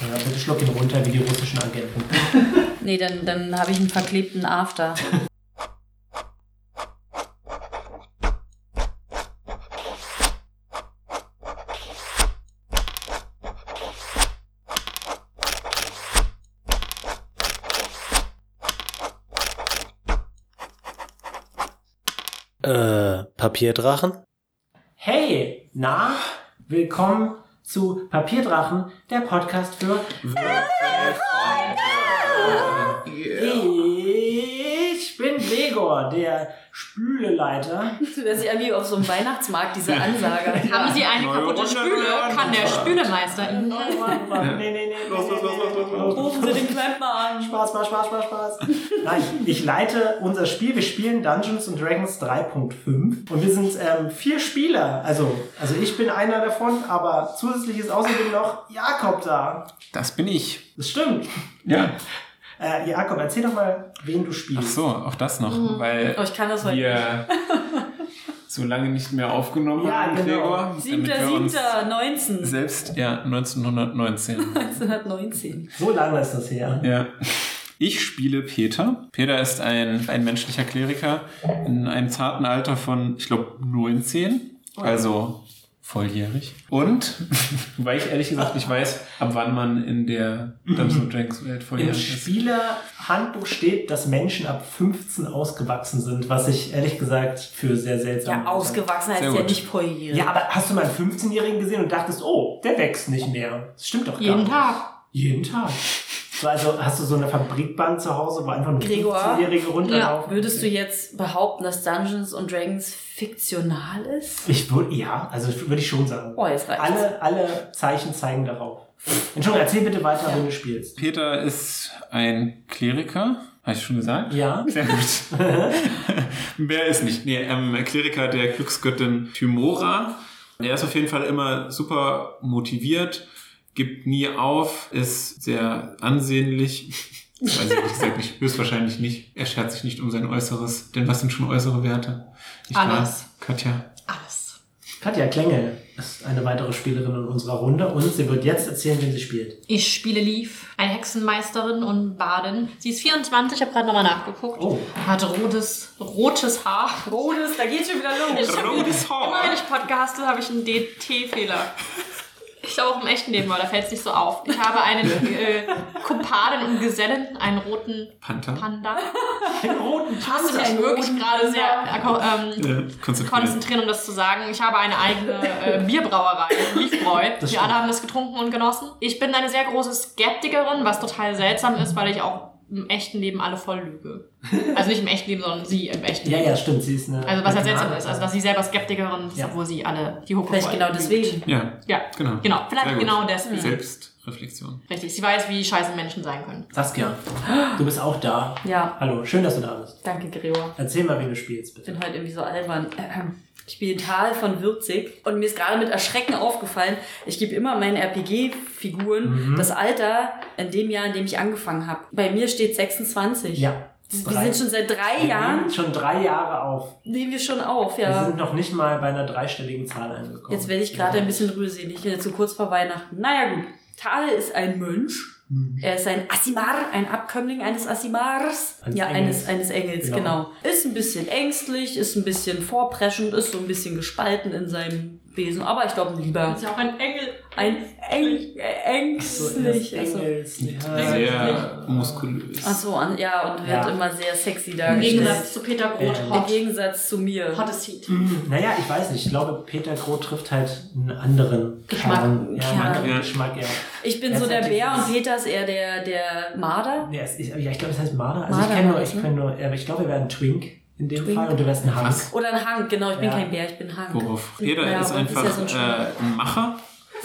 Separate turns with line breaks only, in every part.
Ja, bitte schluck ihn runter wie die russischen Agenten.
Nee, dann, dann habe ich einen verklebten After.
Äh, Papierdrachen?
Hey, na, willkommen zu Papierdrachen, der Podcast für Ich bin Gregor, der Spüleleiter.
Das hört sich an wie auf so einem Weihnachtsmarkt, diese Ansage.
Haben Sie eine
Neue
kaputte
Runde,
Spüle,
neue Runde.
kann der Spülemeister Ihnen
Oh Mann, Mann, nee, nee, nee,
Los,
nee,
los,
nee,
los,
nee,
los, los,
nee,
los.
nee.
Rufen Sie den Klempner an.
Spaß, Spaß, Spaß, Spaß, Spaß. Nein, ich leite unser Spiel. Wir spielen Dungeons and Dragons 3.5 und wir sind ähm, vier Spieler. Also, also ich bin einer davon, aber zusätzlich ist außerdem noch Jakob da.
Das bin ich.
Das stimmt.
Ja.
Äh, Jakob, erzähl doch mal, wen du
Ach
spielst.
so, auch das noch,
Mhm.
weil
Oh, ich kann das heute
wir so lange nicht mehr aufgenommen
Ja,
haben,
genau.
Gregor. damit wir uns
7.7.19.
Selbst, ja, 1919.
1919.
So lange ist das her.
ja. Ich spiele Peter. Peter ist ein, ein menschlicher Kleriker in einem zarten Alter von, ich glaube, 19.
Oh.
Also volljährig. Und, weil ich ehrlich gesagt nicht weiß, ab wann man in der Dungeons Dragons Welt
Im
volljährig ist.
Spielerhandbuch steht, dass Menschen ab 15 ausgewachsen sind, was ich ehrlich gesagt für sehr seltsam
Ja, ausgewachsen heißt
Sehr
ja
gut.
nicht volljährig.
Ja, aber hast du mal einen 15-Jährigen gesehen und dachtest, oh, der wächst nicht mehr? Das stimmt doch
jeden
genau.
gar nicht.
Tag.
Jeden Tag. So, also hast du so eine Fabrikbahn zu Hause, wo einfach ein
Gregor?
15-Jährige runterlaufen?
Würdest du jetzt behaupten, dass Dungeons und Dragons fiktional ist?
Ich würde, ja, also würde ich schon sagen.
Oh, jetzt reicht's.
alle, alle Zeichen zeigen darauf. Entschuldigung, erzähl bitte weiter, wenn du spielst.
Peter ist ein Kleriker, habe ich schon gesagt?
Ja.
Sehr gut. Wer ist nicht? Nee, ähm, Kleriker der Glücksgöttin Thymora. Er ist auf jeden Fall immer super motiviert, gibt nie auf, ist sehr ansehnlich. Weiß ich ehrlich gesagt nicht, höchstwahrscheinlich nicht. Er schert sich nicht um sein Äußeres, denn was sind schon äußere Werte? Nicht wahr,
Alles.
Katja.
Alles.
Katja Klengel ist eine weitere Spielerin in unserer Runde und sie wird jetzt erzählen, wen sie spielt.
Ich spiele Leaf, eine Hexenmeisterin und Badin. Sie ist 24, ich habe gerade nochmal nachgeguckt.
Oh.
Hat rotes, rotes Haar.
Rodes, da geht's schon wieder los.
Rotes
Immer wenn
Haar.
ich podcaste, habe ich einen DT-Fehler. Ich glaube auch im echten Leben, aber da fällt es nicht so auf. Ich habe einen äh, Kumpanen und Gesellen, einen roten
Panther.
Panda.
Den roten
Hast du
Panda.
dich wirklich gerade sehr äh, ko- ähm,
Äh, konzentriert.
konzentrieren, um das zu sagen. Ich habe eine eigene äh, Bierbrauerei, Liefbräu.
Das
Wir
stimmt.
alle haben das getrunken und genossen. Ich bin eine sehr große Skeptikerin, was total seltsam ist, weil ich auch im echten Leben alle voll lüge. Also nicht im echten Leben, sondern sie im echten
Ja,
Leben.
ja, stimmt, sie ist eine.
Also was ja seltsam
Original-
ist, also dass sie selber Skeptikerin ist,
Ja.
obwohl sie alle die Hucke
Vielleicht
voll
genau
lügt.
deswegen.
Ja,
Ja,
genau.
genau.
Sehr
Vielleicht
gut.
genau deswegen.
Selbstreflexion.
Richtig, sie weiß, wie scheiße Menschen sein können.
Saskia, du bist auch da.
Ja,
Hallo, schön, dass du da bist.
danke, Gregor.
Erzähl mal, wen du spielst,
Ich
bitte.
bin halt irgendwie so albern. Ich spiele Tal von Würzig und mir ist gerade mit Erschrecken aufgefallen, ich gebe immer meinen
Mhm.
RPG-Figuren das Alter in dem Jahr, in dem ich angefangen habe. Bei mir steht 26.
Ja.
Wir sind schon seit drei Jahren,
Schon drei Jahre auf.
nehmen wir schon auf,
Wir
ja.
sind noch nicht mal bei einer dreistelligen Zahl angekommen.
Jetzt werde ich gerade ein bisschen rührselig, äh, zu kurz vor Weihnachten. Naja gut, Tal ist ein Mönch.
Hm.
Er ist ein Asimar, ein Abkömmling eines Asimars.
Eines
ja,
Engels.
eines, eines Engels,
Genau.
genau. Ist ein bisschen ängstlich, ist ein bisschen vorpreschend, ist so ein bisschen gespalten in seinem Wesen. Aber ich glaube, ein lieber.
ja auch ein Engel.
Ein Eng äh,
so erst
ängstlich. also-
Engels.
Sehr muskulös.
Ach so, an, ja, und
Ja.
wird immer sehr sexy
Im
dargestellt.
Gegensatz zu Peter Groth,
Ähm,
Im
hot.
Gegensatz zu mir.
Hottest Heat.
Mhm. Naja, ich weiß nicht. Ich glaube, Peter Groth trifft halt einen anderen
Geschmack.
Kern. Ja, einen
Kern.
anderen
Ja.
Geschmack, ja.
Ich bin
Er
so
ist
der
halt
Bär
dieses-
und Peter ist eher der, der Marder.
Ja, es, ich, ja, ich glaube, es heißt Marder. Also
Marder
ich kenne nur,
war
ich
das, ne?
kenne nur, aber ich glaube, wir wären ein Twink in dem
Twink.
Fall und du wärst ein Hank.
Was?
Oder ein Hank, genau, ich bin
Ja.
kein Bär, ich bin Hank.
Worauf Peter
Ja,
ist
aber
einfach
ja so ein Schwein.
äh, ein Macher,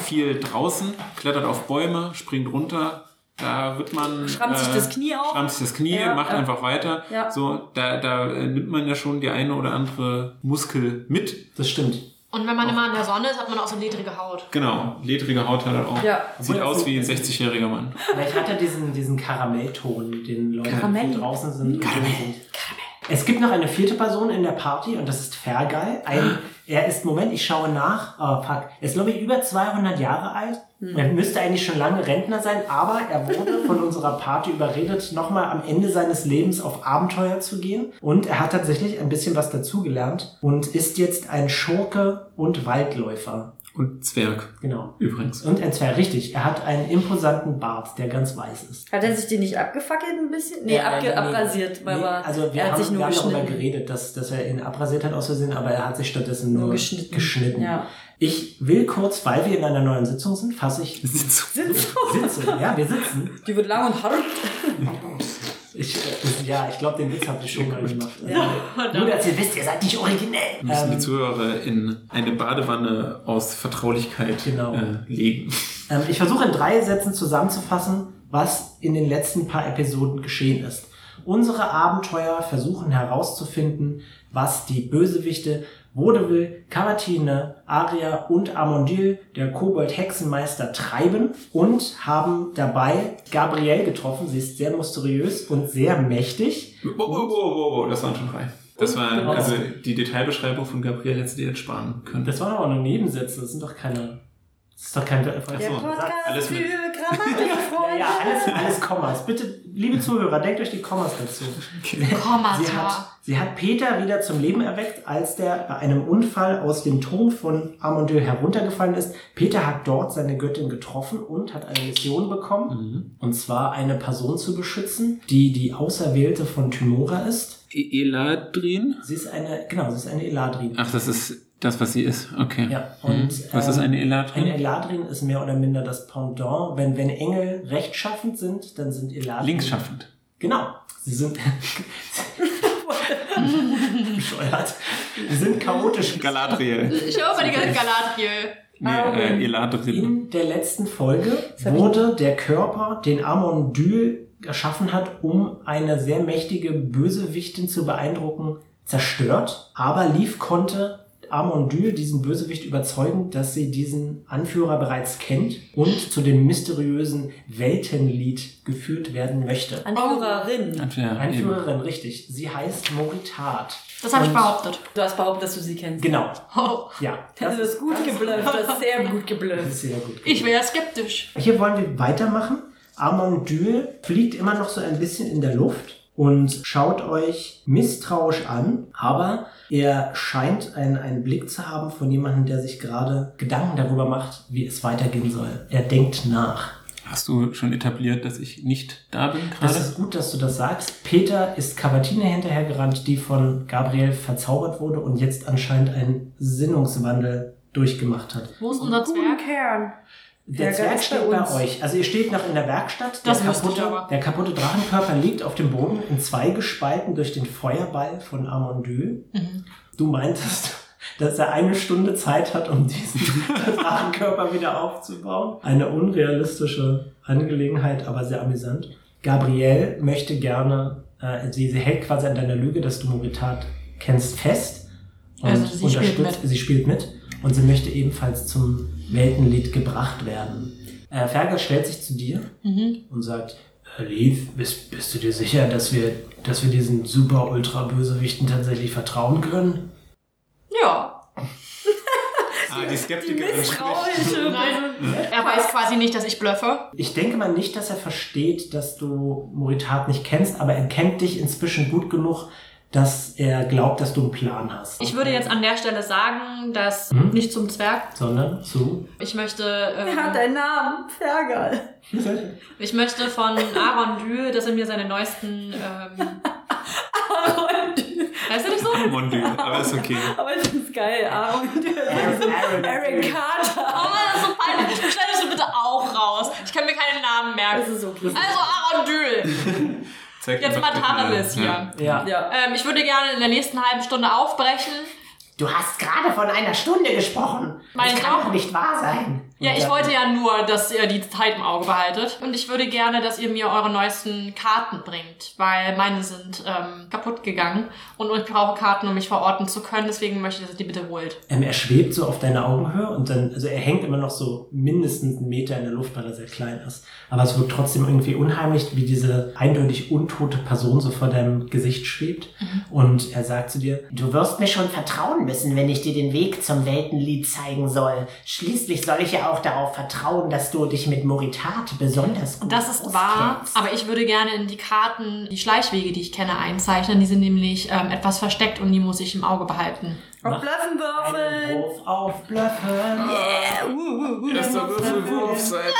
viel draußen, klettert auf Bäume, springt runter. Da wird man. äh,
Schrammt sich das Knie auf.
Schrammt sich das Knie,
Ja,
macht
ja.
einfach weiter.
Ja.
So, da, da äh, nimmt man ja schon die eine oder andere Muskel mit.
Das stimmt.
Und wenn man immer in der Sonne ist, hat man auch so ledrige Haut.
Genau, ledrige Haut hat er auch.
Ja.
Sieht aus wie ein 60-jähriger Mann.
Vielleicht hat er diesen, diesen Karamellton, den Leute
Karamell.
die draußen sind. Karamell. Karamell. Es gibt noch eine vierte Person in der Party und das ist Fergal, ein Er ist, Moment, ich schaue nach. Oh, fuck. Er ist, glaube ich, über 200 Jahre alt.
Hm.
Er müsste eigentlich schon lange Rentner sein, aber er wurde von unserer Party überredet, nochmal am Ende seines Lebens auf Abenteuer zu gehen. Und er hat tatsächlich ein bisschen was dazugelernt und ist jetzt ein Schurke und Waldläufer.
Und Zwerg
Genau.
übrigens.
Und ein Zwerg, richtig. Er hat einen imposanten Bart, der ganz weiß ist.
Hat er sich die nicht abgefackelt ein bisschen? Nee,
Ja,
abge
nee.
abrasiert. weil
Nee,
er-
also wir
er hat
haben,
sich nur
wir haben darüber
geschnitten.
geredet, dass, dass er ihn abrasiert hat aus Versehen, aber er hat sich stattdessen nur,
Nur geschnitten. Ja.
Ich will kurz, weil wir in einer neuen Sitzung sind, fasse ich
Sitz.
Sitzung. ja, wir sitzen.
Die wird lang und hart.
Ich, äh, ja, ich glaube, den Witz habt ihr schon mal gemacht.
Ja.
Nur, dass ihr wisst, ihr seid nicht originell.
Wir müssen die
Ähm,
Zuhörer in eine Badewanne aus Vertraulichkeit
Genau.
äh, legen.
Ähm, ich versuche in drei Sätzen zusammenzufassen, was in den letzten paar Episoden geschehen ist. Unsere Abenteuer versuchen herauszufinden, was die Bösewichte Vaudeville, Cavatine, Aria und Amondil, der Kobold-Hexenmeister, treiben und haben dabei Gabrielle getroffen. Sie ist sehr mysteriös und sehr mächtig.
Wow, wow, wow, wow, wow, das waren schon drei. Das waren,
Genau.
also die Detailbeschreibung von Gabriel hättest du dir jetzt sparen können.
Das waren aber nur Nebensätze, das sind doch keine... Das ist doch kein...
Der
so,
Podcast
alles
für
mit.
Ja,
Grammatikfreunde.
ja, alles, alles Kommas. Bitte, liebe Zuhörer, denkt euch die Kommas dazu. Sie hat,
Kommata.
sie hat Peter wieder zum Leben erweckt, als der bei einem Unfall aus dem Turm von Amondil heruntergefallen ist. Peter hat dort seine Göttin getroffen und hat eine Mission bekommen.
Mhm.
Und zwar eine Person zu beschützen, die die Auserwählte von Tymora ist.
E- Eladrin?
Sie ist eine, genau, sie ist eine Eladrin.
Ach, das ist das, was sie ist. Okay.
Ja,
Mhm.
und,
was
ähm,
ist eine Eladrin?
Eine Eladrin ist mehr oder minder das Pendant. Wenn, wenn Engel rechtschaffend sind, dann sind Eladrin...
Linksschaffend.
Genau. Sie sind bescheuert. Sie sind chaotisch.
Galadriel.
Ich höre mal die ganze Galadriel.
Nee, äh, Eladrin.
Ah, In der letzten Folge
hab ich-
wurde der Körper, den Amon Dül erschaffen hat, um eine sehr mächtige Bösewichtin zu beeindrucken, zerstört. Aber Leaf konnte Amon Dül, diesen Bösewicht, überzeugen, dass sie diesen Anführer bereits kennt und zu dem mysteriösen Weltenlied geführt werden
Ah,
möchte.
Anführerin.
Ja, eben.
Anführerin, richtig. Sie heißt Moritat.
Das habe ich
Und-
behauptet.
Du hast behauptet, dass du sie kennst.
Genau,
Oh,
ja.
Das ist gut geblufft. Das ist sehr gut geblufft.
ist sehr gut.
ich wäre ja skeptisch.
Hier wollen wir weitermachen. Amandül fliegt immer noch so ein bisschen in der Luft und schaut euch misstrauisch an, aber er scheint einen, einen Blick zu haben von jemandem, der sich gerade Gedanken darüber macht, wie es weitergehen soll. Er denkt nach.
Hast du schon etabliert, dass ich nicht da bin
Das
gerade?
ist gut, dass du das sagst. Peter ist Cavatine hinterhergerannt, die von Gabriel verzaubert wurde und jetzt anscheinend einen Sinnungswandel durchgemacht hat.
Wo ist unser
Guten
Zwerg?
Kern.
Der
Ärger
Zwerg
ist bei
steht bei,
uns.
euch. Also ihr steht noch in der Werkstatt.
Das
der,
wusste ich
kaputte,
aber.
der kaputte Drachenkörper liegt auf dem Boden in zwei gespalten durch den Feuerball von Amondül. Du meintest, dass er eine Stunde Zeit hat, um diesen Drachenkörper wieder aufzubauen. Eine unrealistische Angelegenheit, aber sehr amüsant. Gabrielle möchte gerne, äh, sie, sie hält quasi an deiner Lüge, dass du Moritat kennst, fest. Und
Also sie spielt
unterstützt- Sie spielt mit und sie möchte ebenfalls zum Weltenlied gebracht werden. Äh, Fergal stellt sich zu dir
Mhm.
und sagt, "Äh, Leaf, bist, bist du dir sicher, dass wir, dass wir diesen super ultra Bösewichten tatsächlich vertrauen können?
Ja.
Ah, die
Die
Skeptikerin
misstrauische
Nein.
Person.
Er weiß quasi nicht, dass ich bluffe.
Ich denke mal nicht, dass er versteht, dass du Moritat nicht kennst, aber er kennt dich inzwischen gut genug, dass er glaubt, dass du einen Plan hast.
Ich würde jetzt an der Stelle sagen, dass
Hm?
Mhm.
nicht zum Zwerg.
Sondern zu...
Ich möchte, ähm,
Er hat einen Namen. Fergal.
ich möchte von Aaron Dül, dass er mir seine neuesten, ähm, weißt du nicht so?
Mondü, aber ist okay.
Aber ich find's geil. Aaron.
Aaron.
Aaron Carter.
Oh, das ist so peinlich. Schneid das bitte auch raus. Ich kann mir keinen
Das
Namen merken.
ist okay.
Also Aaron Dül.
Zeig
Jetzt
einfach
mal Tarannis
bitte,
hier.
Ja.
Ja.
Ähm, ich würde gerne in der nächsten halben Stunde aufbrechen.
Du hast gerade von einer Stunde gesprochen.
Mein
das kann
Gott.
doch nicht wahr sein.
Ja,
Und
ich
dann-
wollte ja nur, dass ihr die Zeit im Auge behaltet. Und ich würde gerne, dass ihr mir eure neuesten Karten bringt, weil meine sind ähm, kaputt gegangen. Und ich brauche Karten, um mich verorten zu können. Deswegen möchte ich, dass ihr die bitte holt.
Ähm, er schwebt so auf deiner Augenhöhe und dann, also er hängt immer noch so mindestens einen Meter in der Luft, weil er sehr klein ist. Aber es wird trotzdem irgendwie unheimlich, wie diese eindeutig untote Person so vor deinem Gesicht schwebt. Und er sagt zu dir, du Mhm. wirst mir schon vertrauen, fragen müssen, wenn ich dir den Weg zum Weltenlied zeigen soll. Schließlich soll ich ja auch darauf vertrauen, dass du dich mit Moritat besonders gut
Das ist wahr,
auskennst.
aber ich würde gerne in die Karten die Schleichwege, die ich kenne, einzeichnen. Die sind nämlich ähm, etwas versteckt und die muss ich im Auge behalten.
Also,
Auf Bluffen
Einen
würfeln!
Wurf auf Bluffen.
Yeah. Uh, uh, uh.
Erster Würfel Wurf seit.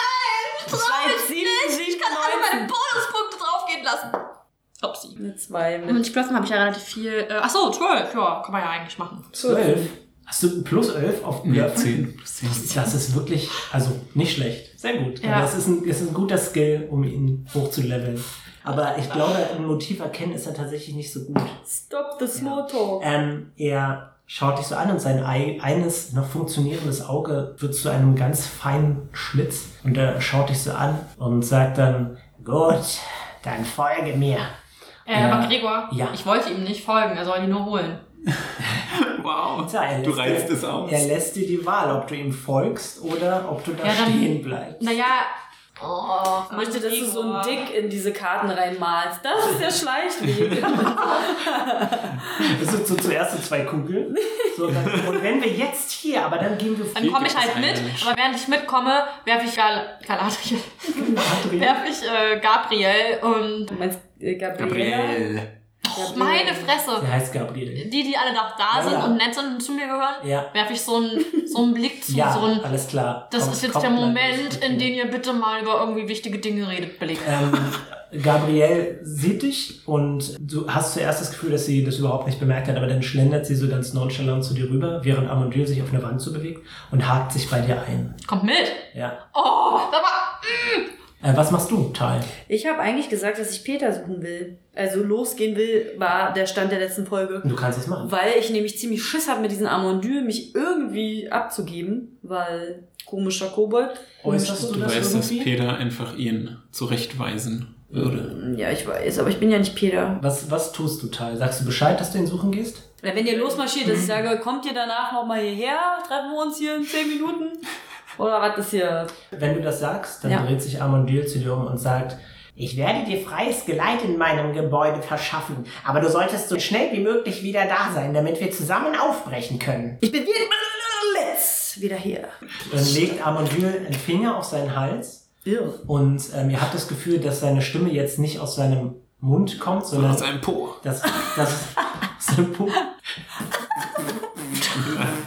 Zwei, sieben, sieben, neun.
Bonuspunkte draufgehen lassen. Upsi.
Eine zwei
Und
mit
ich plötzlich habe ich ja relativ viel. Äh, achso, 12. Ja, kann man ja eigentlich machen.
Zwölf. Hast du ein plus elf auf
Ja,
Bluffen?
zehn. Plus zehn.
Das ist wirklich, also nicht schlecht. Sehr gut.
Ja.
Das ist ein, ist ein guter Skill, um ihn hochzuleveln. Aber ich glaube, ein Motiv erkennen ist er tatsächlich nicht so gut.
Stop the small talk.
Ähm, er schaut dich so an und sein ei eines noch funktionierendes Auge wird zu einem ganz feinen Schlitz. Und er schaut dich so an und sagt dann, gut, dann folge mir.
Äh,
Ja.
Aber Gregor,
Ja.
ich wollte ihm nicht folgen, er soll die nur holen.
Wow.
So, er
Du
lässt
reizt
dir-
es aus.
Er lässt dir die Wahl, ob du ihm folgst oder ob du da
Ja, dann-
stehen bleibst.
Naja. Oh,
Ich möchte, dass du so
Gregor.
einen Dick in diese Karten reinmalst. Das ist der Schleichweg.
Das sind so zuerst so zwei Kugeln. So, dann, und wenn wir jetzt hier, aber dann gehen wir
Dann komme ich
gibt
halt
es
mit,
eine Mensch.
aber während ich mitkomme, werfe ich Gal Galadriel,
Adrian.
werfe ich äh, Gabriel und
Du meinst äh, Gabriela?
Gabriel.
Och, meine Fresse.
Der heißt Gabriel.
Die, die alle noch da
Ja,
sind
ja.
und nett sind und zu mir gehören,
Ja.
werfe ich so einen, so einen Blick zu,
Ja, also
so einen,
alles klar.
das
Kommt-
ist jetzt
kommt
der
gleich.
Moment, in dem ihr bitte mal über irgendwie wichtige Dinge redet, Blick.
Ähm, Gabrielle sieht dich und du hast zuerst das Gefühl, dass sie das überhaupt nicht bemerkt hat, aber dann schlendert sie so ganz nonchalant zu dir rüber, während Amundil sich auf eine Wand zubewegt und hakt sich bei dir ein.
Kommt mit.
Ja.
Oh, aber
Äh, was machst du, Tal?
Ich habe eigentlich gesagt, dass ich Peter suchen will. Also losgehen will, war der Stand der letzten Folge.
Du kannst es machen.
Weil ich nämlich ziemlich Schiss habe, mit diesen Amandül mich irgendwie abzugeben, weil komischer Kobold.
Äußerst
Du
du das
weißt, dass
irgendwie?
Peter einfach ihn zurechtweisen würde.
Ja, ich weiß, aber ich bin ja nicht Peter.
Was, was tust du, Tal? Sagst du Bescheid, dass du ihn suchen gehst?
Na, Wenn ihr losmarschiert, dass ich sage, kommt ihr danach nochmal hierher, treffen wir uns hier in 10 Minuten? Oder was ist hier?
Wenn du das sagst, dann
Ja.
dreht sich Amundil zu dir um und sagt, ich werde dir freies Geleit in meinem Gebäude verschaffen, aber du solltest so schnell wie möglich wieder da sein, damit wir zusammen aufbrechen können.
Ich bin wieder, let's wieder hier.
Dann legt Amundil einen Finger auf seinen Hals
Irr.
und ähm, ihr habt das Gefühl, dass seine Stimme jetzt nicht aus seinem Mund kommt,
Sondern
sondern
aus einem Po.
das, das aus seinem Po.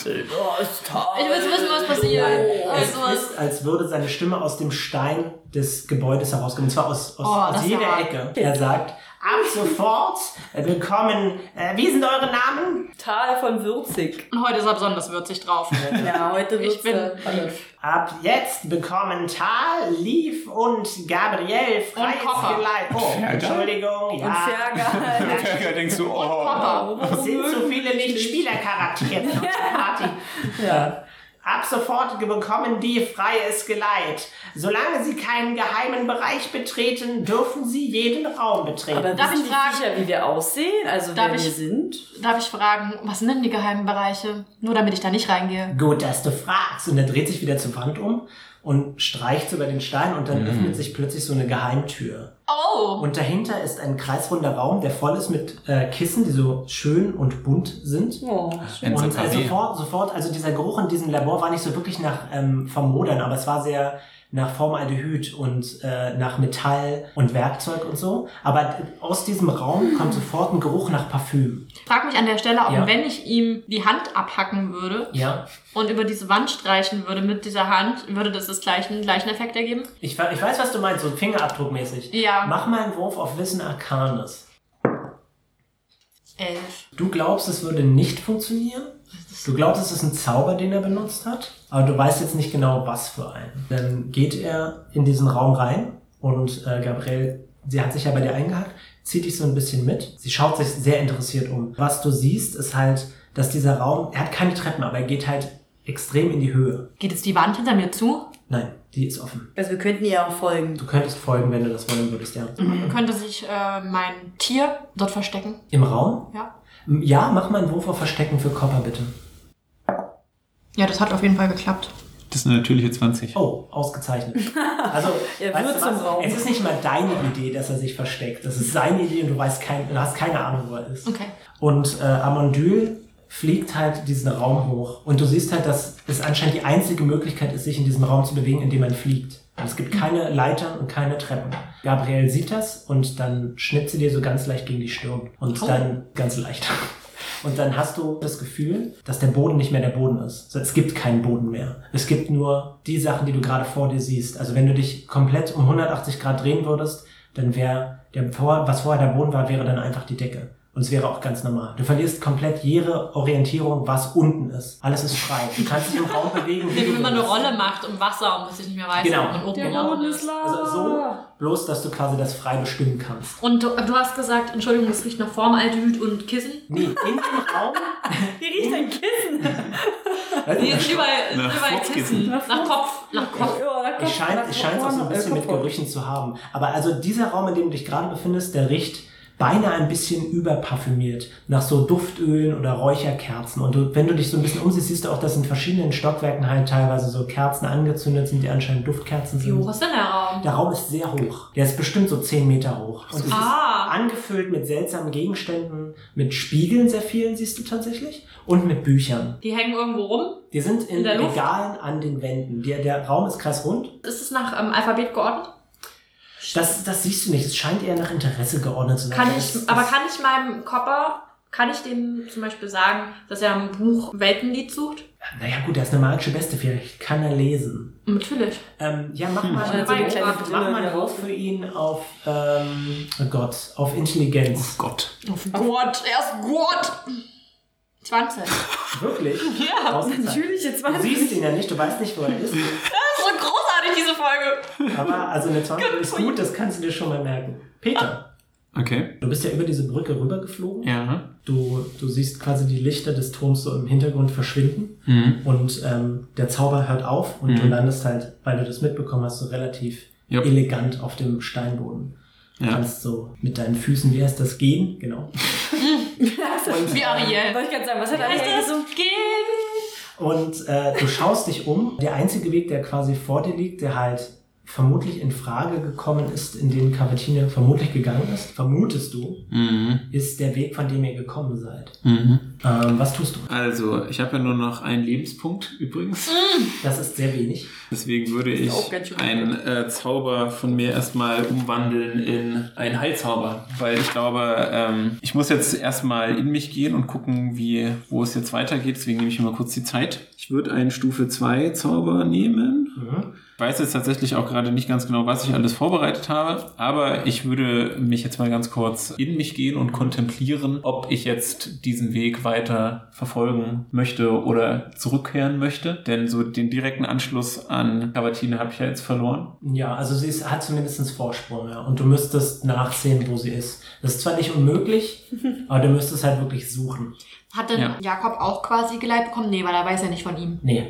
Oh, ist toll.
ich will wissen, was passiert.
Es
Also, was-
ist, als würde seine Stimme aus dem Stein des Gebäudes herauskommen, und zwar aus, aus,
Oh,
aus
das
jeder
war-
Ecke. Er sagt, ab sofort willkommen, äh, wie sind eure Namen?
Tal von Würzig.
Und heute ist er besonders würzig drauf.
Ja, heute wird's
Ich bin
äh,
Ab jetzt bekommen Tal, Lief und Gabriel freies
Koffer.
Geleit. Oh,
Fergal?
Entschuldigung,
Und
ja.
sehr geil.
Da denkst du, oh.
Papa.
Es sind zu viele Nicht-Spieler-Charaktere auf der Party.
Ja.
Ab sofort bekommen die freies Geleit. Solange sie keinen geheimen Bereich betreten, dürfen sie jeden Raum betreten.
Aber
Darf
wissen
ich
die
fragen-
Viecher, wie wir aussehen? Also
Darf
wer wir
ich-
sind?
Darf ich fragen, was sind denn die geheimen Bereiche? Nur damit ich da nicht reingehe.
Gut, dass du fragst. Und er dreht sich wieder zur Wand um und streicht über den Stein und
Mhm.
dann öffnet sich plötzlich so eine Geheimtür.
Oh!
Und dahinter ist ein kreisrunder Raum, der voll ist mit äh, Kissen, die so schön und bunt sind.
Oh,
Ein
Und äh,
Safari.
sofort, sofort, also dieser Geruch in diesem Labor war nicht so wirklich nach ähm, Vermodern, aber es war sehr nach Formaldehyd und äh, nach Metall und Werkzeug und so. Aber aus diesem Raum kommt sofort ein Geruch nach Parfüm.
Frag mich an der Stelle, ob
Ja.
wenn ich ihm die Hand abhacken würde
Ja.
und über diese Wand streichen würde mit dieser Hand, würde das das gleichen, gleichen Effekt ergeben?
Ich, we- ich weiß, was du meinst, so Fingerabdruckmäßig.
Ja.
Mach mal einen Wurf auf Wissen Arcanes.
Elf.
Du glaubst, es würde nicht funktionieren? Du glaubst, es ist ein Zauber, den er benutzt hat, aber du weißt jetzt nicht genau, was für einen. Dann geht er in diesen Raum rein und äh, Gabrielle, sie hat sich ja bei dir eingehackt, zieht dich so ein bisschen mit. Sie schaut sich sehr interessiert um. Was du siehst, ist halt, dass dieser Raum, er hat keine Treppen, aber er geht halt extrem in die Höhe.
Geht jetzt die Wand hinter mir zu?
Nein, die ist offen.
Also wir könnten ihr auch folgen.
Du könntest folgen, wenn du das wollen würdest, ja.
Könnte sich äh, mein Tier dort verstecken?
Im Raum?
Ja.
Ja, mach mal einen Wurf auf Verstecken für Copper, bitte.
Ja, das hat auf jeden Fall geklappt.
Das ist eine natürliche 20.
Oh, ausgezeichnet. Also,
Er
weißt
wird
du
zum
was?
Raum.
Es ist nicht mal deine Idee, dass er sich versteckt. Das ist seine Idee und du, weißt kein, du hast keine Ahnung, wo er ist.
Okay.
Und äh, Amondyl fliegt halt diesen Raum hoch. Und du siehst halt, dass es anscheinend die einzige Möglichkeit ist, sich in diesem Raum zu bewegen, in dem man fliegt. Und es
Mhm.
gibt keine Leitern und keine Treppen. Gabriel sieht das und dann schnippt sie dir so ganz leicht gegen die Stirn. Und
Oh.
dann ganz leicht. Und dann hast du das Gefühl, dass der Boden nicht mehr der Boden ist. Also Es gibt keinen Boden mehr. Es gibt nur die Sachen, die du gerade vor dir siehst. Also wenn du dich komplett um 180 Grad drehen würdest, dann wäre der vor, was vorher der Boden war, wäre dann einfach die Decke. Und es wäre auch ganz normal. Du verlierst komplett jede Orientierung, was unten ist. Alles ist frei. Du kannst dich im Raum bewegen. wie
Wie
du
wenn man eine
willst.
Rolle macht um Wasser und muss ich nicht mehr weiß,
Genau.
ob man oben
Der
genau.
Boden ist
ist.
lau.
Also so, bloß dass du quasi das frei bestimmen kannst.
Und du, du hast gesagt, Entschuldigung, es riecht nach Formaldehyd und Kissen.
Nee, in dem Raum.
Hier riecht ein Kissen.
Nee, lieber,
Nach
lieber
Kopfkissen.
Kissen.
Nach
Nach Kopf. Nach Kopf.
Ja, da kommt-
Es scheint,
da
es scheint auch so ein
kommt-
bisschen
da
mit
kommt-
Gerüchen zu haben. Aber also dieser Raum, in dem du dich gerade befindest, der riecht beinahe ein bisschen überparfümiert nach so Duftölen oder Räucherkerzen. Und du, wenn du dich so ein bisschen umsiehst, siehst du auch, dass in verschiedenen Stockwerken halt teilweise so Kerzen angezündet sind, die anscheinend Duftkerzen
Wie
sind.
hoch ist denn der Raum?
Der Raum ist sehr hoch. Der ist bestimmt so 10 Meter hoch. Und es ist
Ah.
angefüllt mit seltsamen Gegenständen, mit Spiegeln, sehr vielen siehst du tatsächlich, und mit Büchern.
Die hängen irgendwo rum.
Die sind in,
In der Luft?
Regalen an den Wänden. Der, der Raum ist kreisrund.
Ist es nach ähm, Alphabet geordnet?
Das, das siehst du nicht. Es scheint eher nach Interesse geordnet zu sein.
Kann
Das-
ich,
das-
aber kann ich meinem Kopper, kann ich dem zum Beispiel sagen, dass er ein Buch Weltenlied sucht?
Naja, gut, er ist eine magische Beste. Vielleicht kann er lesen.
Natürlich.
Ähm, ja, mach mal,
Also eine kleine
mach, mach
Brille
mal
hier
raus für ihn auf, ähm, oh Gott, auf Intelligenz.
Gott.
Auf Gott, er ist Gott! 20.
Wirklich? Ja,
Natürlich, jetzt
Du siehst ihn ja nicht, du weißt nicht, wo er ist.
Das ist so großartig, diese Folge.
Aber also eine 20 ist gut, das kannst du dir schon mal merken. Peter,
Okay.
du bist ja über diese Brücke rübergeflogen.
Ja.
Du, du siehst quasi die Lichter des Turms so im Hintergrund verschwinden.
Mhm.
Und ähm, der Zauber hört auf und du
Mhm.
landest halt, weil du das mitbekommen hast, so relativ
Jupp.
elegant auf dem Steinboden. Du
Ja.
kannst so mit deinen Füßen, wie heißt das, gehen? Genau.
Wie Ariel.
Wollte ich gerade sagen, was hat er
Heißt
eigentlich
das?
so?
Gehen.
Und äh, du schaust dich um. Der einzige Weg, der quasi vor dir liegt, der halt vermutlich in Frage gekommen ist, in den Cavatine vermutlich gegangen ist, vermutest du,
Mhm.
ist der Weg, von dem ihr gekommen seid.
Mhm.
Ähm, was tust du?
Also, ich habe ja nur noch einen Lebenspunkt übrigens.
Das ist sehr wenig.
Deswegen würde
ist auch ganz schön
ich einen äh, Zauber von mir erstmal umwandeln in einen Heilzauber. Weil ich glaube, ähm, ich muss jetzt erstmal in mich gehen und gucken, wie, wo es jetzt weitergeht. Deswegen nehme ich mir mal kurz die Zeit. Ich würde einen Stufe 2 Zauber nehmen.
Mhm.
Ich weiß jetzt tatsächlich auch gerade nicht ganz genau, was ich alles vorbereitet habe, aber ich würde mich jetzt mal ganz kurz in mich gehen und kontemplieren, ob ich jetzt diesen Weg weiter verfolgen möchte oder zurückkehren möchte. Denn so den direkten Anschluss an Cavatine habe ich ja jetzt verloren.
Ja, also sie ist, hat zumindest Vorsprung, ja. Und du müsstest nachsehen, wo sie ist. Das ist zwar nicht unmöglich, aber du müsstest halt wirklich suchen.
Hat denn
Ja.
Jakob auch quasi geleitet bekommen? Nee, weil er weiß ja nicht von ihm.
Nee.